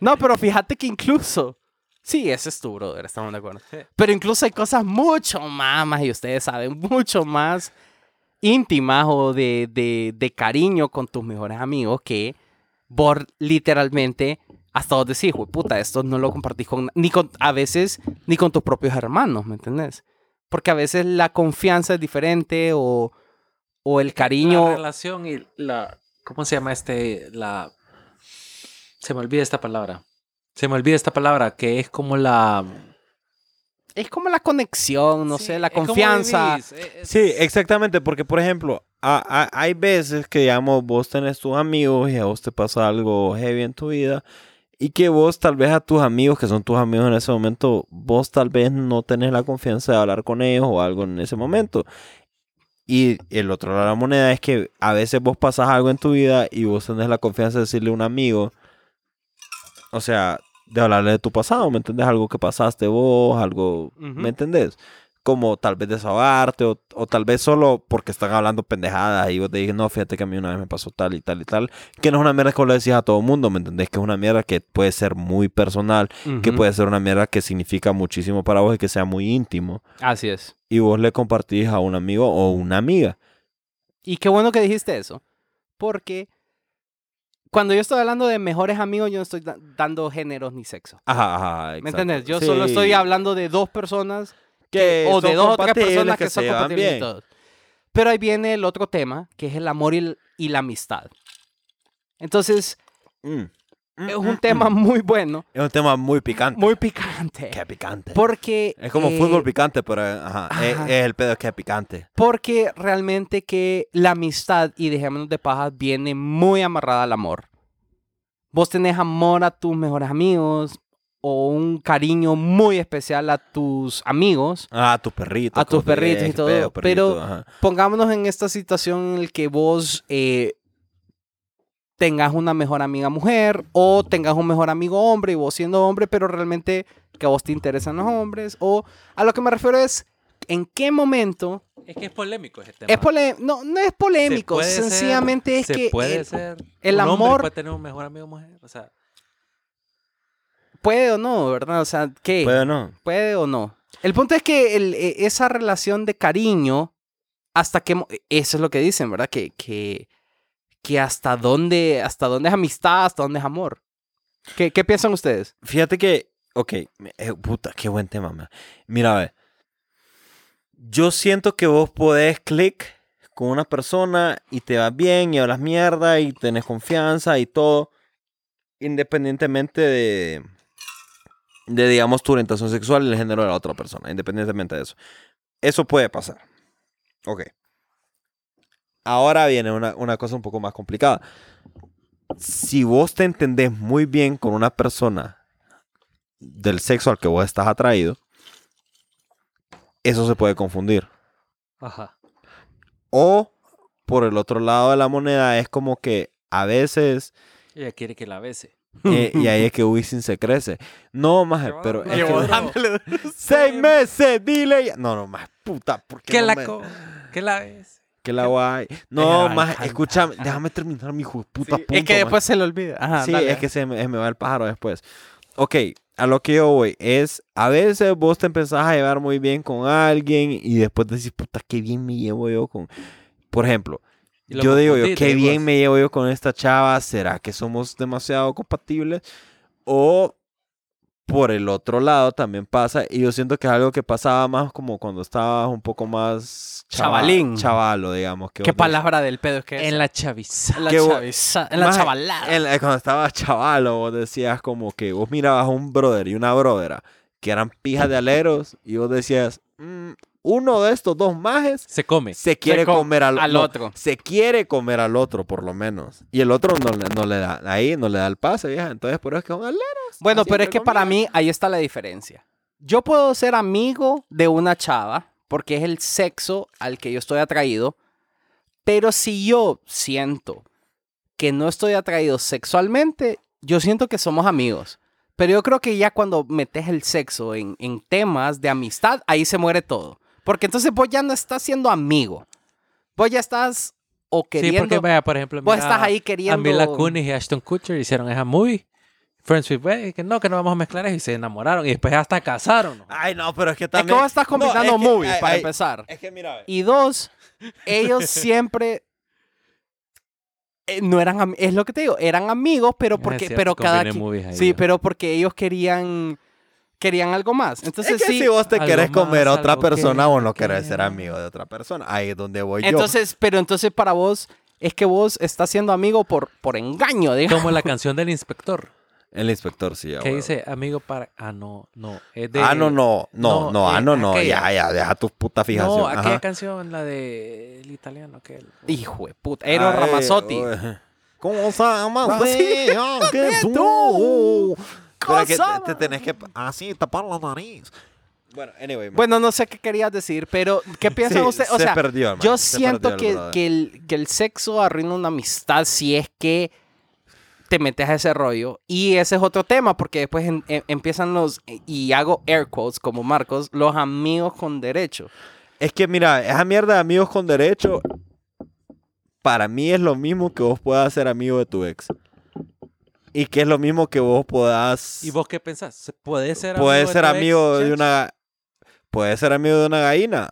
Speaker 1: No, pero fíjate que incluso... Sí, ese es tu brother, estamos de acuerdo. Pero incluso hay cosas mucho más, más, y ustedes saben, mucho más íntimas o de, de- de cariño con tus mejores amigos que vos literalmente hasta vos decís, "Jue puta, esto no lo compartís con, ni con, a veces, ni con tus propios hermanos, ¿me entendés? Porque a veces la confianza es diferente o, o el
Speaker 2: La
Speaker 1: cariño...
Speaker 2: relación y la... ¿Cómo se llama este? La... Se me olvida esta palabra. Se me olvida esta palabra que es como la...
Speaker 1: Es como la conexión, no
Speaker 2: Sí,
Speaker 1: sé, la
Speaker 2: es como
Speaker 1: confianza.
Speaker 2: vivís, eh, eh,
Speaker 3: Sí, exactamente, porque por ejemplo, a- a- hay veces que, digamos, vos tenés tus amigos y a vos te pasa algo heavy en tu vida y que vos tal vez a tus amigos, que son tus amigos en ese momento, vos tal vez no tenés la confianza de hablar con ellos o algo en ese momento. Y el otro lado de la moneda es que a veces vos pasas algo en tu vida y vos tenés la confianza de decirle a un amigo, o sea, de hablarle de tu pasado, ¿me entendés? Algo que pasaste vos, algo,
Speaker 1: Ujú.
Speaker 3: ¿me entendés? Como tal vez desahogarte o, o tal vez solo porque están hablando pendejadas y vos te dije, no, fíjate que a mí una vez me pasó tal y tal y tal, que no es una mierda que vos le decís a todo el mundo, ¿me entendés? Que es una mierda que puede ser muy personal, que
Speaker 1: Ujú.
Speaker 3: puede ser una mierda que significa muchísimo para vos y que sea muy íntimo
Speaker 1: Así es.
Speaker 3: y vos le compartís a un amigo o una amiga.
Speaker 1: Y qué bueno que dijiste eso, porque cuando yo estoy hablando de mejores amigos, yo no estoy da- dando géneros ni sexo.
Speaker 3: Ajá, ajá,
Speaker 1: ¿Me
Speaker 3: exacto.
Speaker 1: entiendes? Yo
Speaker 3: Sí.
Speaker 1: solo estoy hablando de dos personas
Speaker 3: Que
Speaker 1: o de
Speaker 3: son
Speaker 1: dos o tres
Speaker 3: compatibles,
Speaker 1: personas que,
Speaker 3: que
Speaker 1: son
Speaker 3: se llevan
Speaker 1: compatibles y
Speaker 3: bien.
Speaker 1: todo. Pero ahí viene el otro tema, que es el amor y, el- y la amistad. Entonces,
Speaker 3: Mm.
Speaker 1: es
Speaker 3: Mm,
Speaker 1: un
Speaker 3: mm,
Speaker 1: tema
Speaker 3: mm.
Speaker 1: muy bueno,
Speaker 3: Es un tema muy picante.
Speaker 1: muy picante.
Speaker 3: Que picante.
Speaker 1: Porque,
Speaker 3: Es como
Speaker 1: eh,
Speaker 3: fútbol picante, pero eh, ajá, Es,
Speaker 1: ajá.
Speaker 3: es el pedo que es picante.
Speaker 1: Porque realmente que la amistad y dejémonos de pajas viene muy amarrada al amor. Vos tenés amor a tus mejores amigos o un cariño muy especial a tus amigos.
Speaker 3: Ah, tus perritos.
Speaker 1: A tus
Speaker 3: como te
Speaker 1: perritos y
Speaker 3: dije,
Speaker 1: todo,
Speaker 3: pedo,
Speaker 1: pero-
Speaker 3: ajá.
Speaker 1: Pongámonos en esta situación en la que vos eh, tengas una mejor amiga mujer o tengas un mejor amigo hombre y vos siendo hombre, pero realmente que a vos te interesan los hombres. O a lo que me refiero es, ¿en qué momento
Speaker 2: Es que es polémico ese tema.
Speaker 1: Es pole- no, no es polémico,
Speaker 2: puede ser,
Speaker 1: sencillamente es
Speaker 2: se
Speaker 1: que eh,
Speaker 2: puede
Speaker 1: el-
Speaker 2: ser
Speaker 1: el
Speaker 2: un hombre
Speaker 1: amor-
Speaker 2: puede tener un mejor amigo mujer o sea
Speaker 1: puede o no, ¿verdad? O sea, ¿qué? Puede,
Speaker 3: Pero no.
Speaker 1: o no. El punto es que el- e- esa relación de cariño, hasta que... mo- Eso es lo que dicen, ¿verdad? Que, que, que hasta, dónde, hasta dónde es amistad, hasta dónde es amor. ¿Qué, qué piensan ustedes?
Speaker 3: Fíjate que. Ok. eh, puta, qué buen tema, man. Mira, ve. Yo siento que vos podés clic con una persona y te va bien y hablas mierda y tenés confianza y todo. Independientemente de. De, digamos, tu orientación sexual y el género de la otra persona. Independientemente de eso. Eso puede pasar. Ok. Ahora viene una, una cosa un poco más complicada. Si vos te entendés muy bien con una persona del sexo al que vos estás atraído, eso se puede confundir.
Speaker 2: ajá
Speaker 3: O por el otro lado de la moneda es como que a veces
Speaker 2: ella quiere que la bese
Speaker 3: eh, y ahí es que Wisin se crece. No más,
Speaker 2: Yo-
Speaker 3: pero es
Speaker 2: yo-
Speaker 3: que-
Speaker 2: Llevo dándole
Speaker 3: seis meses, dile. ya- No, no más, puta, ¿por qué
Speaker 2: que
Speaker 3: no
Speaker 2: la
Speaker 3: me-
Speaker 2: co- que la bese
Speaker 3: Que la guay. No,
Speaker 1: Ay,
Speaker 3: más,
Speaker 1: calma.
Speaker 3: escúchame, déjame terminar mi hijo de puta punto,
Speaker 1: es que
Speaker 3: man.
Speaker 1: después se le olvida. Ajá,
Speaker 3: sí,
Speaker 1: dale.
Speaker 3: es que se me, se me va el pájaro después. Ok, a lo que yo voy es, a veces vos te empezás a llevar muy bien con alguien y después decís, puta, qué bien me llevo yo con... Por ejemplo,
Speaker 2: Y lo
Speaker 3: yo digo yo,
Speaker 2: confundiste,
Speaker 3: qué
Speaker 2: vos.
Speaker 3: bien me llevo yo con esta chava, ¿será que somos demasiado compatibles? O por el otro lado también pasa, y yo siento que es algo que pasaba más como cuando estabas un poco más chava-
Speaker 1: Chavalín.
Speaker 3: Chavalo, digamos. Que
Speaker 1: ¿Qué
Speaker 3: vos decís-
Speaker 1: palabra del pedo es que es?
Speaker 2: En la chaviza.
Speaker 1: En la
Speaker 3: qué bo-
Speaker 1: chaviza- en la
Speaker 3: Maje,
Speaker 1: chavalada.
Speaker 3: en la- cuando estabas chavalo, vos decías como que vos mirabas a un brother y una brodera que eran pijas de aleros y vos decías, "Mm, uno de estos dos majes
Speaker 2: Se come.
Speaker 3: se quiere
Speaker 1: co-
Speaker 3: comer al,
Speaker 1: al
Speaker 3: no,
Speaker 1: otro.
Speaker 3: Se quiere comer al otro, por lo menos. Y el otro no, le- no le da, ahí no le da el pase, vieja. Entonces, por eso es que son aleros.
Speaker 1: Bueno,
Speaker 3: así
Speaker 1: pero es
Speaker 3: entre
Speaker 1: que para mí
Speaker 3: comillas.
Speaker 1: ahí está la diferencia. Yo puedo ser amigo de una chava porque es el sexo al que yo estoy atraído, pero si yo siento que no estoy atraído sexualmente, yo siento que somos amigos. Pero yo creo que ya cuando metes el sexo en, en temas de amistad, ahí se muere todo. Porque entonces vos ya no estás siendo amigo. Vos ya estás o
Speaker 2: Sí,
Speaker 1: queriendo...
Speaker 2: porque vaya, por ejemplo,
Speaker 1: vos
Speaker 2: mira,
Speaker 1: estás ahí
Speaker 2: a
Speaker 1: queriendo...
Speaker 2: Mila Kunis y Ashton Kutcher hicieron esa movie. Friends with Benefits, que no, que no vamos a mezclar eso. Y se enamoraron. Y después hasta casaron. ¿no?
Speaker 3: Ay, no, pero es que
Speaker 1: Es
Speaker 3: también...
Speaker 1: que vos estás combinando
Speaker 3: No, es que-
Speaker 1: movies
Speaker 3: ay,
Speaker 1: para
Speaker 3: ay,
Speaker 1: empezar.
Speaker 3: Es que mira, ve.
Speaker 1: Y dos, ellos siempre eh, no eran am- es lo que te digo, eran amigos, pero
Speaker 2: Es
Speaker 1: porque
Speaker 2: cierto,
Speaker 1: pero cada
Speaker 2: combiné
Speaker 1: quien-
Speaker 2: movies ahí,
Speaker 1: Sí,
Speaker 2: ¿no?
Speaker 1: pero porque ellos querían querían algo más. Entonces
Speaker 3: es que
Speaker 1: sí,
Speaker 3: si vos te
Speaker 2: algo
Speaker 3: querés comer a
Speaker 2: más,
Speaker 3: otra
Speaker 2: algo que-
Speaker 3: persona, vos no
Speaker 2: que-
Speaker 3: querés ser amigo de otra persona. Ahí es donde voy yo.
Speaker 1: entonces, pero entonces para vos es que vos estás siendo amigo por por engaño, digamos.
Speaker 2: Como la canción del inspector.
Speaker 3: El inspector sí, ya,
Speaker 2: que
Speaker 3: huevo.
Speaker 2: dice, amigo, para... Ah, no, no. Es de...
Speaker 3: ah, no, no,
Speaker 2: no,
Speaker 3: no, no, ah,
Speaker 2: eh,
Speaker 3: no, no,
Speaker 2: aquella.
Speaker 3: ya, ya, deja tu puta fijación.
Speaker 2: No, aquella
Speaker 3: ajá.
Speaker 2: canción, la de el italiano, que el-
Speaker 1: Hijo de puta, Eros
Speaker 3: Ay,
Speaker 1: Ramazzotti.
Speaker 3: uy. eh, oh, ¿Cómo se llama?
Speaker 1: Así
Speaker 3: Sí, ah, ¿Qué
Speaker 1: tú.
Speaker 3: tú? Pero que
Speaker 1: Cosa.
Speaker 3: te, te tenés que así tapar la nariz. Bueno, anyway. man.
Speaker 1: Bueno, no sé qué querías decir, pero ¿qué piensan
Speaker 3: Sí,
Speaker 1: ustedes? O
Speaker 3: se
Speaker 1: sea,
Speaker 3: perdió, man,
Speaker 1: yo
Speaker 3: se
Speaker 1: siento
Speaker 3: perdió el
Speaker 1: que,
Speaker 3: brother.
Speaker 1: que el, que el sexo arruina una amistad si es que te metes a ese rollo. Y ese es otro tema, porque después en- em- empiezan los, y hago air quotes como Marcos, los amigos con derecho.
Speaker 3: Es que mira, esa mierda de amigos con derecho, para mí es lo mismo que vos puedas ser amigo de tu ex. Y que es lo mismo que vos podás...
Speaker 2: ¿Y vos qué pensás? ¿Se- ¿Puede ser
Speaker 3: Puedes ser
Speaker 2: tu ex,
Speaker 3: amigo de
Speaker 2: Chech?
Speaker 3: una... Puedes ser amigo de una gallina.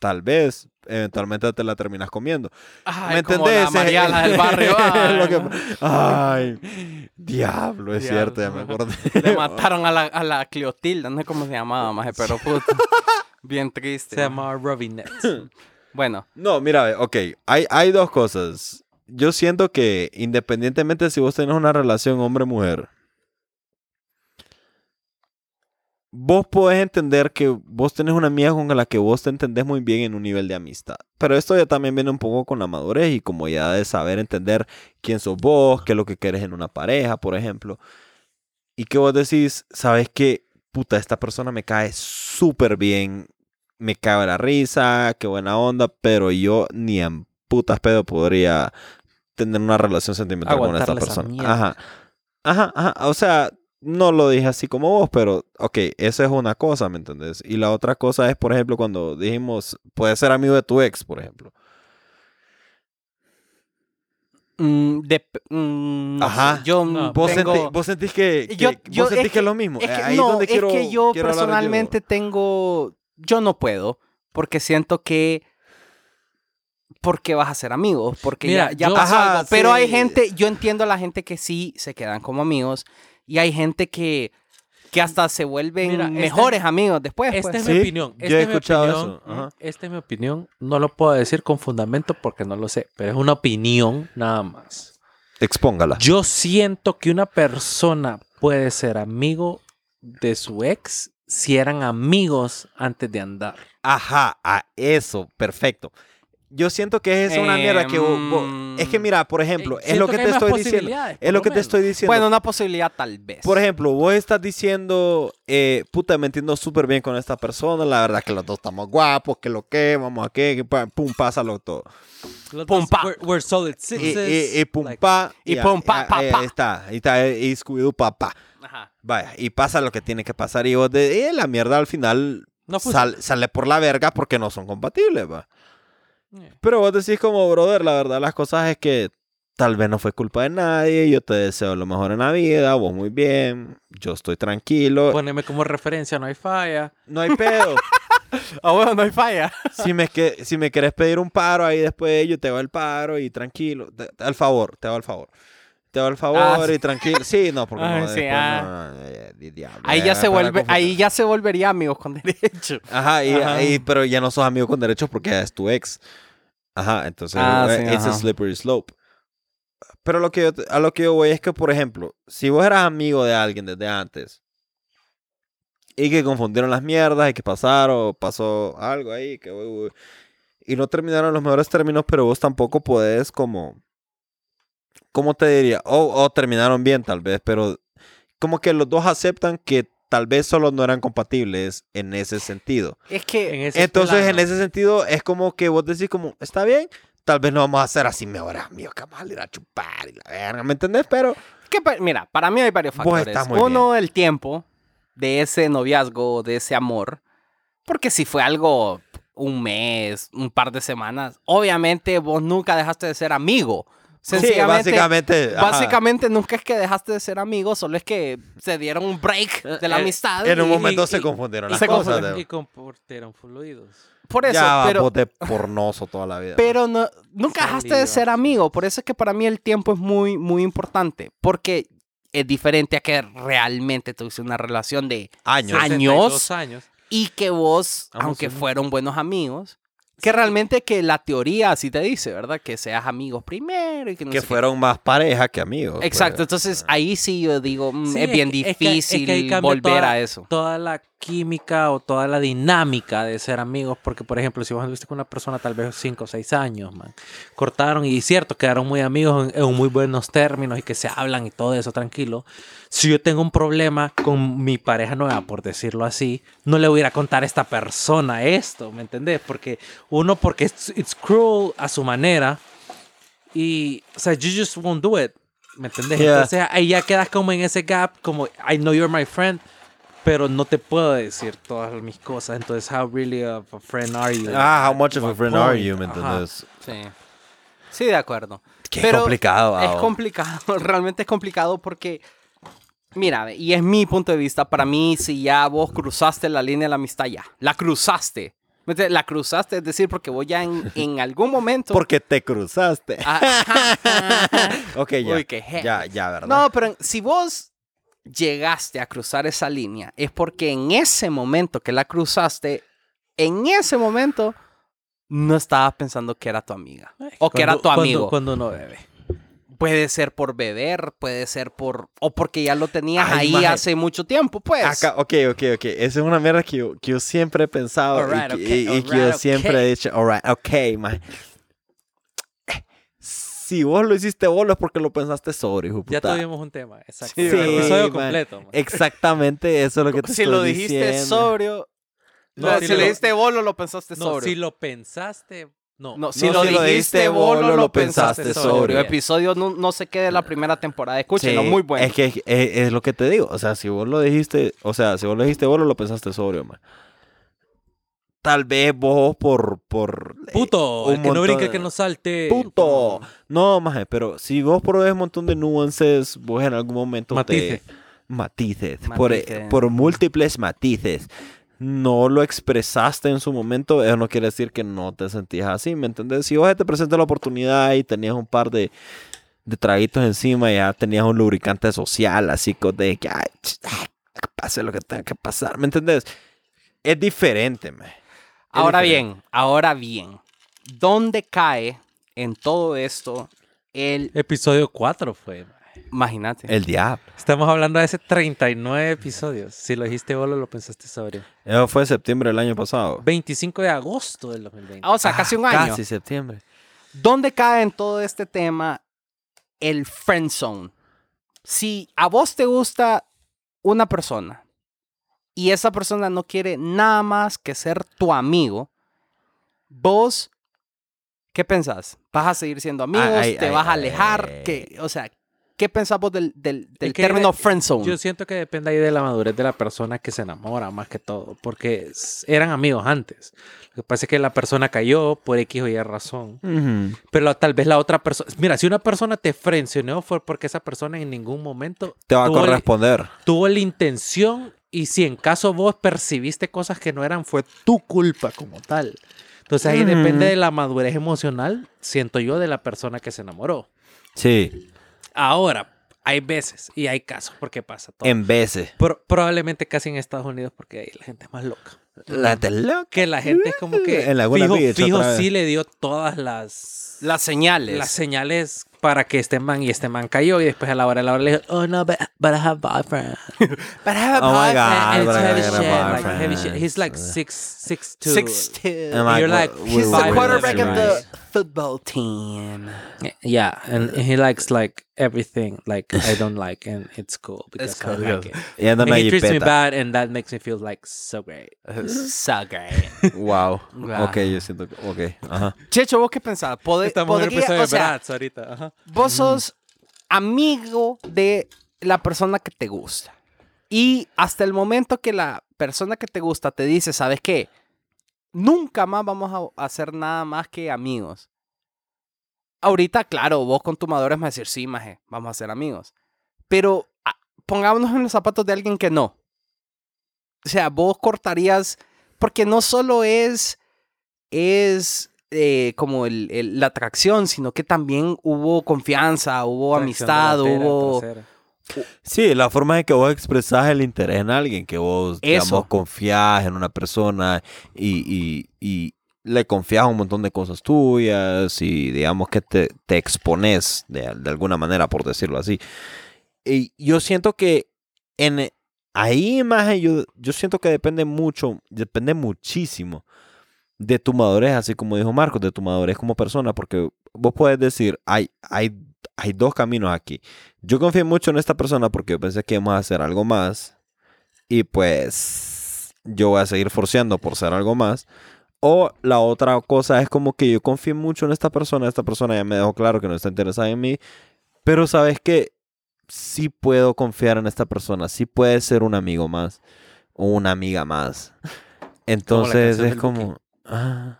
Speaker 3: Tal vez. Eventualmente te la terminas comiendo.
Speaker 1: Ay,
Speaker 3: ¿Me
Speaker 1: como la
Speaker 3: entendés?
Speaker 1: Mariala del barrio. Ay,
Speaker 3: Lo que- Ay, diablo, es
Speaker 2: Diablo.
Speaker 3: cierto, ya me acordé.
Speaker 1: Le mataron a la, a la Cleotilda, no sé cómo se llamaba, maje, pero puto. Bien triste.
Speaker 2: Se llama Robinette.
Speaker 1: Bueno,
Speaker 3: No, mira, ve, ok, hay, hay dos cosas. Yo siento que independientemente si vos tenés una relación hombre-mujer, vos podés entender que vos tenés una amiga con la que vos te entendés muy bien en un nivel de amistad. Pero esto ya también viene un poco con la madurez y como ya de saber entender quién sos vos, qué es lo que querés en una pareja, por ejemplo. Y que vos decís, sabes que, puta, esta persona me cae súper bien, me cabe la risa, qué buena onda, pero yo ni en putas pedo podría tener una relación sentimental con esta
Speaker 2: Aguantarle esa
Speaker 3: persona.
Speaker 2: mierda.
Speaker 3: Ajá. Ajá, ajá. O sea, no lo dije así como vos, pero, ok, esa es una cosa, ¿me entendés? Y la otra cosa es, por ejemplo, cuando dijimos, puedes ser amigo de tu ex, por ejemplo.
Speaker 1: mm, de, mm, no
Speaker 3: Ajá.
Speaker 1: sé, yo mm,
Speaker 2: No,
Speaker 3: Vos,
Speaker 1: tengo-
Speaker 3: sentí- vos sentís que, que-
Speaker 1: Yo- yo-
Speaker 3: vos sentís
Speaker 1: es Eh,
Speaker 3: que es lo mismo.
Speaker 1: Es que,
Speaker 3: Ahí
Speaker 1: no,
Speaker 3: donde
Speaker 1: es
Speaker 3: quiero-
Speaker 1: que yo
Speaker 3: quiero hablar de
Speaker 1: personalmente tengo. Yo no puedo, porque siento que. ¿Por qué vas a ser amigos? Porque
Speaker 2: Mira,
Speaker 1: ya, ya
Speaker 2: yo-
Speaker 1: pasó
Speaker 3: Ajá,
Speaker 1: algo. Pero hay
Speaker 3: sí.
Speaker 1: gente, yo entiendo a la gente que sí se quedan como amigos y hay gente que, que hasta se vuelven
Speaker 2: Mira, este-
Speaker 1: mejores amigos después.
Speaker 2: Esta
Speaker 1: pues.
Speaker 2: es
Speaker 3: Sí,
Speaker 2: mi opinión.
Speaker 3: yo
Speaker 2: esta
Speaker 3: he
Speaker 2: es mi
Speaker 3: escuchado
Speaker 2: opinión,
Speaker 3: eso, ajá.
Speaker 2: Esta es mi opinión. No lo puedo decir con fundamento porque no lo sé, pero es una opinión nada más.
Speaker 3: Expóngala.
Speaker 2: Yo siento que una persona puede ser amigo de su ex si eran amigos antes de andar.
Speaker 3: Ajá, a eso, perfecto. Yo siento que es una mierda que... vos- vos-
Speaker 1: Em,
Speaker 3: es que mira, por ejemplo,
Speaker 2: Eh,
Speaker 3: es
Speaker 2: siento
Speaker 3: lo que,
Speaker 2: que hay
Speaker 3: te
Speaker 2: más
Speaker 3: estoy diciendo.
Speaker 2: posibilidades,
Speaker 3: Es
Speaker 2: por
Speaker 3: lo
Speaker 2: lo
Speaker 3: que te
Speaker 2: menos.
Speaker 3: estoy diciendo.
Speaker 1: Bueno, una posibilidad tal vez.
Speaker 3: Por ejemplo, vos estás diciendo, eh, puta, me entiendo súper bien con esta persona, la verdad que los dos estamos guapos, que lo que, vamos a que, que pa- pum, pásalo todo.
Speaker 2: Los
Speaker 1: Pum,
Speaker 2: dos
Speaker 1: pa.
Speaker 2: We're, we're solid
Speaker 3: Y,
Speaker 2: sixes.
Speaker 3: y- y pum,
Speaker 2: like-
Speaker 3: pa,
Speaker 1: y pum, pa,
Speaker 3: ah,
Speaker 1: pa,
Speaker 3: eh,
Speaker 1: pa.
Speaker 3: ahí está, ahí está, eh, y Scooby-Doo, pa, pa.
Speaker 1: Ajá.
Speaker 3: Vaya, y pasa lo que tiene que pasar y vos de, eh, la mierda al final
Speaker 2: No
Speaker 1: pues
Speaker 2: funciona.
Speaker 3: sal- sale por la verga porque no son compatibles, va.
Speaker 2: Eh.
Speaker 3: Pero vos decís como, brother, la verdad las cosas es que tal vez no fue culpa de nadie, yo te deseo lo mejor en la vida, vos muy bien, yo estoy tranquilo,
Speaker 2: Poneme como referencia, no hay falla.
Speaker 3: no hay pedo.
Speaker 1: Ah, bueno, no hay falla.
Speaker 3: si, me que, si me querés pedir un paro ahí después, yo te va el paro y tranquilo, te- te- al favor, te va el favor. Te va el favor
Speaker 1: Ah, sí.
Speaker 3: y tranquilo. Sí, no, porque
Speaker 1: Ah,
Speaker 3: no,
Speaker 1: sí,
Speaker 3: después
Speaker 1: ah.
Speaker 3: no, no, eh, di- diablo,
Speaker 1: Ahí ya se
Speaker 3: para
Speaker 1: vuelve, ahí
Speaker 3: confundir.
Speaker 1: ya se volvería amigos con derecho.
Speaker 3: Ajá, y,
Speaker 1: Ajá.
Speaker 3: y- pero ya no sos amigo con derechos porque ya es tu ex. Ajá, entonces
Speaker 1: Ah, sí,
Speaker 3: eh, it's a
Speaker 1: ajá.
Speaker 3: slippery slope. Pero lo que yo te- a lo que yo voy es que, por ejemplo, si vos eras amigo de alguien desde antes y que confundieron las mierdas y que pasaron, pasó algo ahí, que uy, uy, y no terminaron en los mejores términos, pero vos tampoco podés como, ¿cómo te diría? O o terminaron bien tal vez, pero como que los dos aceptan que tal vez solo no eran compatibles en ese sentido.
Speaker 1: Es que
Speaker 2: En ese
Speaker 3: Eh, Entonces, en
Speaker 2: plano.
Speaker 3: ese sentido, es como que vos decís como, está bien, tal vez no vamos a hacer así mejor mío, que vamos a ir a chupar y la verga, ¿me entendés? Pero
Speaker 1: que pa- mira, para mí hay varios
Speaker 3: Vos
Speaker 1: factores.
Speaker 3: estás muy
Speaker 1: Uno, el tiempo de ese noviazgo, de ese amor. Porque si fue algo un mes, un par de semanas, obviamente vos nunca dejaste de ser amigo.
Speaker 3: sí,
Speaker 1: Sencillamente, básicamente,
Speaker 3: básicamente, ajá,
Speaker 1: nunca es que dejaste de ser amigo, solo es que se dieron un break de la
Speaker 2: Eh,
Speaker 1: amistad.
Speaker 3: en un
Speaker 1: y-
Speaker 3: momento
Speaker 1: y-
Speaker 3: se
Speaker 1: y-
Speaker 3: confundieron
Speaker 1: y
Speaker 3: las
Speaker 1: se
Speaker 3: cosas.
Speaker 1: confundieron.
Speaker 2: Y
Speaker 3: de-
Speaker 2: comportaron fluidos.
Speaker 1: Por eso,
Speaker 3: ya
Speaker 1: pero,
Speaker 3: vos de pornoso toda la vida.
Speaker 1: Pero no, nunca dejaste de
Speaker 2: Saliva.
Speaker 1: ser amigo. Por eso es que para mí el tiempo es muy, muy importante. Porque es diferente a que realmente tuviste una relación de...
Speaker 3: años.
Speaker 1: Años.
Speaker 2: 72 años.
Speaker 1: Y que vos,
Speaker 2: Vamos,
Speaker 1: aunque
Speaker 2: sí.
Speaker 1: fueron buenos amigos, que realmente que la teoría así te dice, ¿verdad? Que seas amigos primero y que no
Speaker 3: que
Speaker 1: sé qué.
Speaker 3: fueron más pareja que amigos. pues.
Speaker 1: Exacto. Entonces ahí sí yo digo, mm,
Speaker 2: Sí,
Speaker 1: es bien
Speaker 2: que- es que- es que
Speaker 1: difícil
Speaker 2: ahí cambia
Speaker 1: volver
Speaker 2: toda-
Speaker 1: a eso.
Speaker 2: Toda la química o toda la dinámica de ser amigos, porque por ejemplo, si vos anduviste con una persona tal vez 5 o 6 años, man, cortaron y cierto, quedaron muy amigos en, en muy buenos términos y que se hablan y todo eso tranquilo. Si yo tengo un problema con mi pareja nueva, por decirlo así, no le voy a ir a contar a esta persona esto, ¿me entendés? Porque uno, porque it's, it's cruel a su manera y, o sea, you just won't do it. ¿Me entendés?
Speaker 3: Yeah.
Speaker 2: Entonces ahí ya quedas como en ese gap, como I know you're my friend, pero no te puedo decir todas mis cosas. Entonces, how really of a friend are you?
Speaker 3: Ah, how much of a
Speaker 2: What
Speaker 3: friend are
Speaker 2: point?
Speaker 3: you, ¿me
Speaker 2: Ajá.
Speaker 3: entendés?
Speaker 1: Sí. Sí, de acuerdo.
Speaker 3: Qué
Speaker 1: Pero
Speaker 3: complicado.
Speaker 1: Es
Speaker 3: ah,
Speaker 1: complicado, realmente es complicado porque, mira, y es mi punto de vista, para mí, si ya vos cruzaste la línea de la amistad, ya, la cruzaste. ¿Me entiendes? La cruzaste, es decir, porque vos ya en, en algún momento...
Speaker 3: Porque te cruzaste.
Speaker 1: Ajá.
Speaker 3: Ok, ya.
Speaker 1: Ah, Uy, qué heavy.
Speaker 3: ya, ya, ¿verdad?
Speaker 1: no, pero si vos llegaste a cruzar esa línea, es porque en ese momento que la cruzaste, en ese momento, no estabas pensando que era tu amiga o que era
Speaker 2: Cuando-
Speaker 1: tu amigo.
Speaker 2: Cuando, cuando uno bebe.
Speaker 1: Puede ser por beber, puede ser por... O porque ya lo tenías
Speaker 3: Ay,
Speaker 1: ahí
Speaker 3: maje.
Speaker 1: hace mucho tiempo, pues.
Speaker 3: Acá, ok, ok, ok. Esa es una mierda que yo, que yo siempre he pensado
Speaker 1: Alright,
Speaker 3: y, que-
Speaker 1: ok,
Speaker 3: y- y que yo
Speaker 1: alright,
Speaker 3: siempre
Speaker 1: ok.
Speaker 3: he dicho, alright, ok, man. Si vos lo hiciste vos, es porque lo pensaste sobre, hijo
Speaker 2: Ya
Speaker 3: puta.
Speaker 2: tuvimos un tema, exacto.
Speaker 1: Sí,
Speaker 2: Sí,
Speaker 1: ¿verdad?
Speaker 2: episodio
Speaker 3: man.
Speaker 2: completo. man.
Speaker 3: Exactamente eso es lo que te
Speaker 1: Si
Speaker 3: estoy
Speaker 1: lo dijiste
Speaker 3: diciendo.
Speaker 1: sobrio...
Speaker 2: No,
Speaker 1: lo-
Speaker 2: si
Speaker 1: si lo
Speaker 2: lo-
Speaker 1: dijiste vos, lo, lo pensaste
Speaker 2: No,
Speaker 1: sobrio.
Speaker 2: si lo pensaste, no.
Speaker 1: No, si
Speaker 3: No,
Speaker 1: lo
Speaker 3: si lo dijiste
Speaker 1: dijiste vos, lo, lo pensaste, sobrio.
Speaker 3: sobrio.
Speaker 1: Episodio no, no sé qué de la primera temporada. Escúchenlo,
Speaker 3: Sí,
Speaker 1: muy bueno.
Speaker 3: Es que es, es- es lo que te digo. O sea, si vos lo dijiste, o sea, si vos lo dijiste vos, lo pensaste sobrio, man. Tal vez vos por, por
Speaker 2: Puto,
Speaker 3: Un
Speaker 2: el que no
Speaker 3: montón
Speaker 2: brinca,
Speaker 3: de-
Speaker 2: el que no salte.
Speaker 3: puto. No, maje, pero si vos probés un montón de nuances, vos en algún momento
Speaker 2: Matices.
Speaker 3: te... Matices. Por, e,
Speaker 1: Matices.
Speaker 3: por múltiples matices. No lo expresaste en su momento, eso no quiere decir que no te sentías así, ¿me entendés? Si vos te presentas la oportunidad y tenías un par de, de traguitos encima, ya tenías un lubricante social, así co- de que, ay, ch- ay, que pase lo que tenga que pasar, ¿me entendés? Es diferente, maje. Es
Speaker 1: Ahora
Speaker 3: diferente.
Speaker 1: bien, ahora bien. ¿Dónde cae en todo esto el...
Speaker 2: Episodio 4 fue. man.
Speaker 1: Imagínate.
Speaker 3: El diablo.
Speaker 2: Estamos hablando de hace 39 episodios. Si lo dijiste vos, lo lo pensaste sobre.
Speaker 3: Eso fue septiembre del año pasado.
Speaker 2: 25 de agosto del 2020.
Speaker 1: Ah, o sea, casi un año.
Speaker 3: Casi septiembre.
Speaker 1: ¿Dónde cae en todo este tema el friend zone? Si a vos te gusta una persona y esa persona no quiere nada más que ser tu amigo, vos, ¿qué pensás? ¿Vas a seguir siendo amigos?
Speaker 3: Ah, ay,
Speaker 1: ¿Te
Speaker 3: ay,
Speaker 1: vas a
Speaker 3: ay.
Speaker 1: alejar? ¿Qué- o sea, ¿Qué pensamos del, del, del
Speaker 2: que
Speaker 1: término
Speaker 2: era-
Speaker 1: friendzone?
Speaker 2: Yo siento que depende ahí de la madurez de la persona que se enamora, más que todo, porque s- eran amigos antes. Lo que pasa es que la persona cayó por X o Y razón,
Speaker 3: Ujú.
Speaker 2: pero la- tal vez la otra persona... Mira, si una persona te frencionó fue porque esa persona en ningún momento
Speaker 3: Te va a
Speaker 2: tuvo el-
Speaker 3: corresponder.
Speaker 2: tuvo la intención y si en caso vos percibiste cosas que no eran, fue tu culpa como tal. Entonces ahí
Speaker 3: Ujú.
Speaker 2: depende de la madurez emocional, siento yo, de la persona que se enamoró.
Speaker 3: Sí,
Speaker 2: Ahora, hay veces y hay casos, porque pasa todo.
Speaker 3: en veces.
Speaker 2: Pro- probablemente casi en Estados Unidos, porque ahí la gente es más loca.
Speaker 3: La te loca.
Speaker 2: Que la gente es como que
Speaker 3: En Laguna
Speaker 2: fijo,
Speaker 3: Beach,
Speaker 2: fijo
Speaker 3: otra vez.
Speaker 2: sí le dio todas las,
Speaker 1: Las señales.
Speaker 2: las señales para que este man y este man cayó y después a la hora de la hora le dijo, oh no, but, but I have boyfriend.
Speaker 3: Oh my God.
Speaker 1: Ah,
Speaker 2: and it's
Speaker 3: but I
Speaker 2: heavy
Speaker 3: got a
Speaker 2: shit, like heavy shit.
Speaker 3: boyfriend.
Speaker 2: He's like six, six, two.
Speaker 1: Six
Speaker 3: Am I-
Speaker 2: You're like,
Speaker 3: we're-
Speaker 1: He's
Speaker 3: we're
Speaker 1: the
Speaker 3: really
Speaker 1: quarterback of
Speaker 3: right.
Speaker 1: the football team.
Speaker 2: Yeah, and he likes like everything like I don't like, and it's cool because
Speaker 1: It's
Speaker 2: I
Speaker 1: cool.
Speaker 2: like it.
Speaker 3: Y anda
Speaker 2: And
Speaker 3: una
Speaker 2: he treats me
Speaker 3: jipeta.
Speaker 2: bad, and that makes me feel like so great.
Speaker 1: So great.
Speaker 3: Wow.
Speaker 1: Wow.
Speaker 3: Ok, yo siento. que- Ok, ajá.
Speaker 1: Checho, ¿vos qué pensás? Pod-
Speaker 2: Estamos en un
Speaker 1: podría-
Speaker 2: episodio
Speaker 1: o
Speaker 2: de
Speaker 1: sea,
Speaker 2: Bratz ahorita. ajá.
Speaker 1: vos
Speaker 3: Mm.
Speaker 1: sos amigo de la persona que te gusta. Y hasta el momento que la persona que te gusta te dice, ¿sabes qué? Nunca más vamos a hacer nada más que amigos. Ahorita, claro, vos con tu madura vas a decir, sí, maje, vamos a ser amigos. Pero ah, pongámonos en los zapatos de alguien que no. O sea, vos cortarías, porque no solo es, es eh, como el- el- la atracción, sino que también hubo confianza, hubo
Speaker 2: Tracción
Speaker 1: amistad,
Speaker 2: delantera,
Speaker 1: hubo...
Speaker 2: trasera.
Speaker 3: Sí, la forma en que vos expresás el interés en alguien, que vos,
Speaker 1: Eso.
Speaker 3: digamos, confías en una persona y, y- y le confías un montón de cosas tuyas y, digamos, que te, te expones de, de alguna manera, por decirlo así. Y yo siento que en ahí, imagen, yo, yo siento que depende mucho, depende muchísimo de tu madurez, así como dijo Marcos, de tu madurez como persona, porque vos puedes decir, hay, hay, hay dos caminos aquí. Yo confié mucho en esta persona porque yo pensé que íbamos a hacer algo más. Y pues yo voy a seguir forceando por ser algo más. O la otra cosa es como que yo confié mucho en esta persona. Esta persona ya me dejó claro que no está interesada en mí. Pero sabes que sí puedo confiar en esta persona. Sí puede ser un amigo más. O una amiga más. Entonces
Speaker 2: canción
Speaker 3: es
Speaker 2: del
Speaker 3: como... Ah.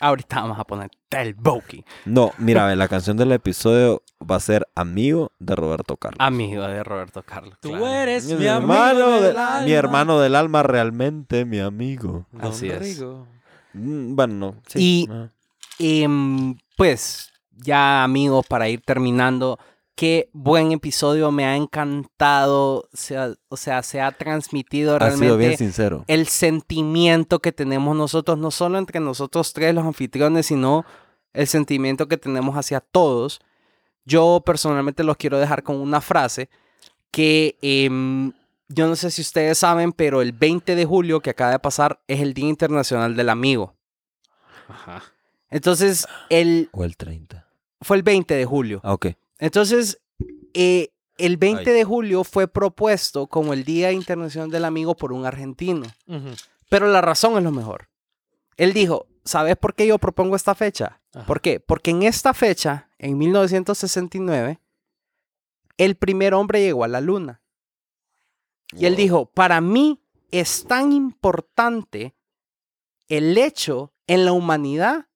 Speaker 1: Ahorita vamos a poner el Boki,
Speaker 3: No, mira, ve, la canción del episodio va a ser Amigo de Roberto Carlos.
Speaker 1: amigo de Roberto Carlos.
Speaker 2: Tú
Speaker 1: claro.
Speaker 2: eres mi,
Speaker 3: Mi
Speaker 2: hermano,
Speaker 3: hermano, de-
Speaker 2: del alma.
Speaker 3: mi hermano del alma, realmente mi amigo.
Speaker 2: Don
Speaker 1: Así es.
Speaker 2: Rigo.
Speaker 3: Mm, Bueno, no.
Speaker 1: Y-
Speaker 3: ajá.
Speaker 1: Em, pues, ya amigos, para ir terminando, qué buen episodio, me ha encantado, se ha- o sea, se ha transmitido
Speaker 3: ha sido bien
Speaker 1: realmente
Speaker 3: sincero.
Speaker 1: el sentimiento que tenemos nosotros, no solo entre nosotros tres los anfitriones, sino el sentimiento que tenemos hacia todos. Yo personalmente los quiero dejar con una frase que em, yo no sé si ustedes saben, pero el 20 de julio que acaba de pasar es el Día Internacional del Amigo.
Speaker 2: Ajá.
Speaker 1: Entonces, el,
Speaker 3: O el 30.
Speaker 1: fue el 20 de julio.
Speaker 3: Ah, ok.
Speaker 1: Entonces, eh, el 20
Speaker 3: Ay.
Speaker 1: de julio fue propuesto como el Día Internacional del Amigo por un argentino.
Speaker 2: Ujú.
Speaker 1: Pero la razón es lo mejor. Él dijo, ¿sabes por qué yo propongo esta fecha?
Speaker 2: Ajá.
Speaker 1: ¿Por qué? Porque en esta fecha, en 1969, el primer hombre llegó a la luna. Y él
Speaker 3: Wow.
Speaker 1: dijo, para mí es tan importante el hecho en la humanidad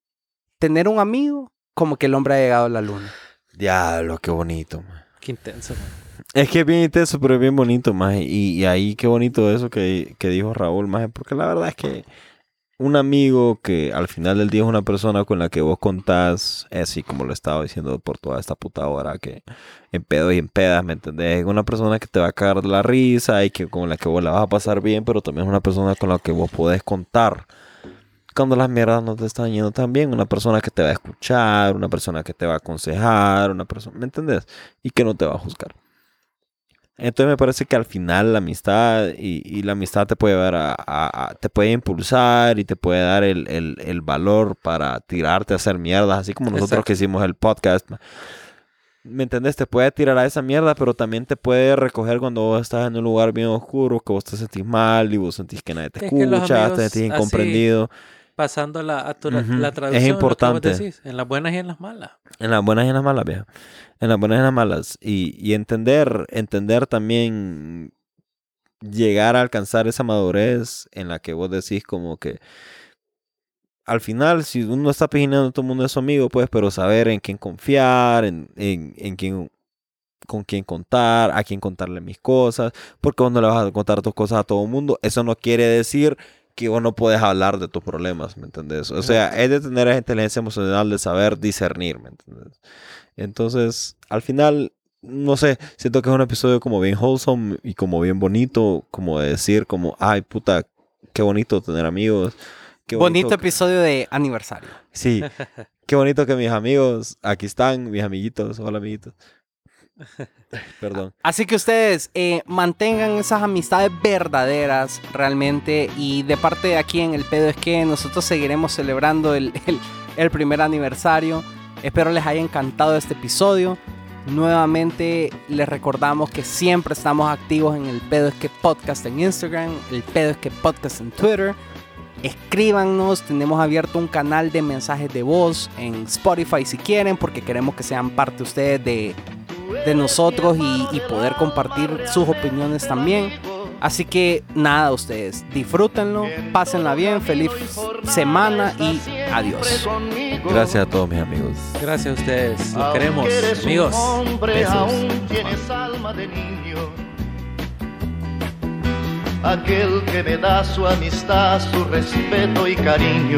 Speaker 1: tener un amigo como que el hombre ha llegado a la luna.
Speaker 3: Diablo, qué bonito. man.
Speaker 2: Qué intenso. man.
Speaker 3: Es que es bien intenso, pero es bien bonito, más. Y, y ahí qué bonito eso que, que dijo Raúl, más. Porque la verdad es que un amigo que al final del día es una persona con la que vos contás, eh, así como lo estaba diciendo por toda esta puta hora, que en pedo y en pedas, ¿me entendés? Es una persona que te va a cagar la risa y que con la que vos la vas a pasar bien, pero también es una persona con la que vos podés contar. Cuando las mierdas no te están yendo tan bien, una persona que te va a escuchar, una persona que te va a aconsejar, una persona, ¿me entendés? Y que no te va a juzgar. Entonces me parece que al final la amistad y, y la amistad te puede llevar a, a- a- te puede impulsar y te puede dar el, el- el valor para tirarte a hacer mierdas, así como nosotros
Speaker 2: Exacto.
Speaker 3: que hicimos el podcast. ma. ¿Me entendés? Te puede tirar a esa mierda, pero también te puede recoger cuando vos estás en un lugar bien oscuro, que vos te sentís mal y vos sentís que nadie te
Speaker 2: Es que los
Speaker 3: escucha, te
Speaker 2: amigos
Speaker 3: sentís
Speaker 2: así-
Speaker 3: incomprendido.
Speaker 2: pasando la, a tu- la-
Speaker 3: Ujú.
Speaker 2: la
Speaker 3: Es
Speaker 2: traducción. lo que vos
Speaker 3: importante.
Speaker 2: decís, en las buenas y en las malas.
Speaker 3: En las buenas y en las malas, viejo. En las buenas y en las malas. Y, y entender, entender también llegar a alcanzar esa madurez en la que vos decís como que al final, si uno está pijinando, todo el mundo es su amigo, pues, pero saber en quién confiar, en, en, en quién con quién contar, a quién contarle mis cosas, porque vos no le vas a contar tus cosas a todo el mundo, eso no quiere decir que vos no puedes hablar de tus problemas, ¿me entendés? O sea, es de tener esa inteligencia emocional de saber discernir, ¿me entendés? Entonces, al final, no sé, siento que es un episodio como bien wholesome y como bien bonito, como de decir como, ay puta, qué bonito tener amigos. Qué
Speaker 1: Bonito
Speaker 3: bonito
Speaker 1: episodio de aniversario.
Speaker 3: Sí. Qué bonito que mis amigos aquí están, mis amiguitos. Hola, amiguitos. Perdón.
Speaker 1: Así que ustedes eh, mantengan esas amistades verdaderas realmente y de parte de aquí en El Pedo es que nosotros seguiremos celebrando el, el- el primer aniversario. Espero les haya encantado este episodio. Nuevamente les recordamos que siempre estamos activos en El Pedo es que Podcast en Instagram, El Pedo es que Podcast en Twitter. Escríbanos, tenemos abierto un canal de mensajes de voz en Spotify si quieren porque queremos que sean parte ustedes de de nosotros y, y poder compartir sus opiniones también. Así que nada, ustedes disfrútenlo, pásenla bien, feliz semana y adiós.
Speaker 3: Gracias a todos mis amigos.
Speaker 2: Gracias a ustedes. Los
Speaker 4: Aunque
Speaker 2: queremos,
Speaker 4: eres un
Speaker 2: amigos.
Speaker 4: hombre,
Speaker 2: Besos.
Speaker 4: aún tienes alma de niño. Aquel que me da su amistad, su respeto y cariño.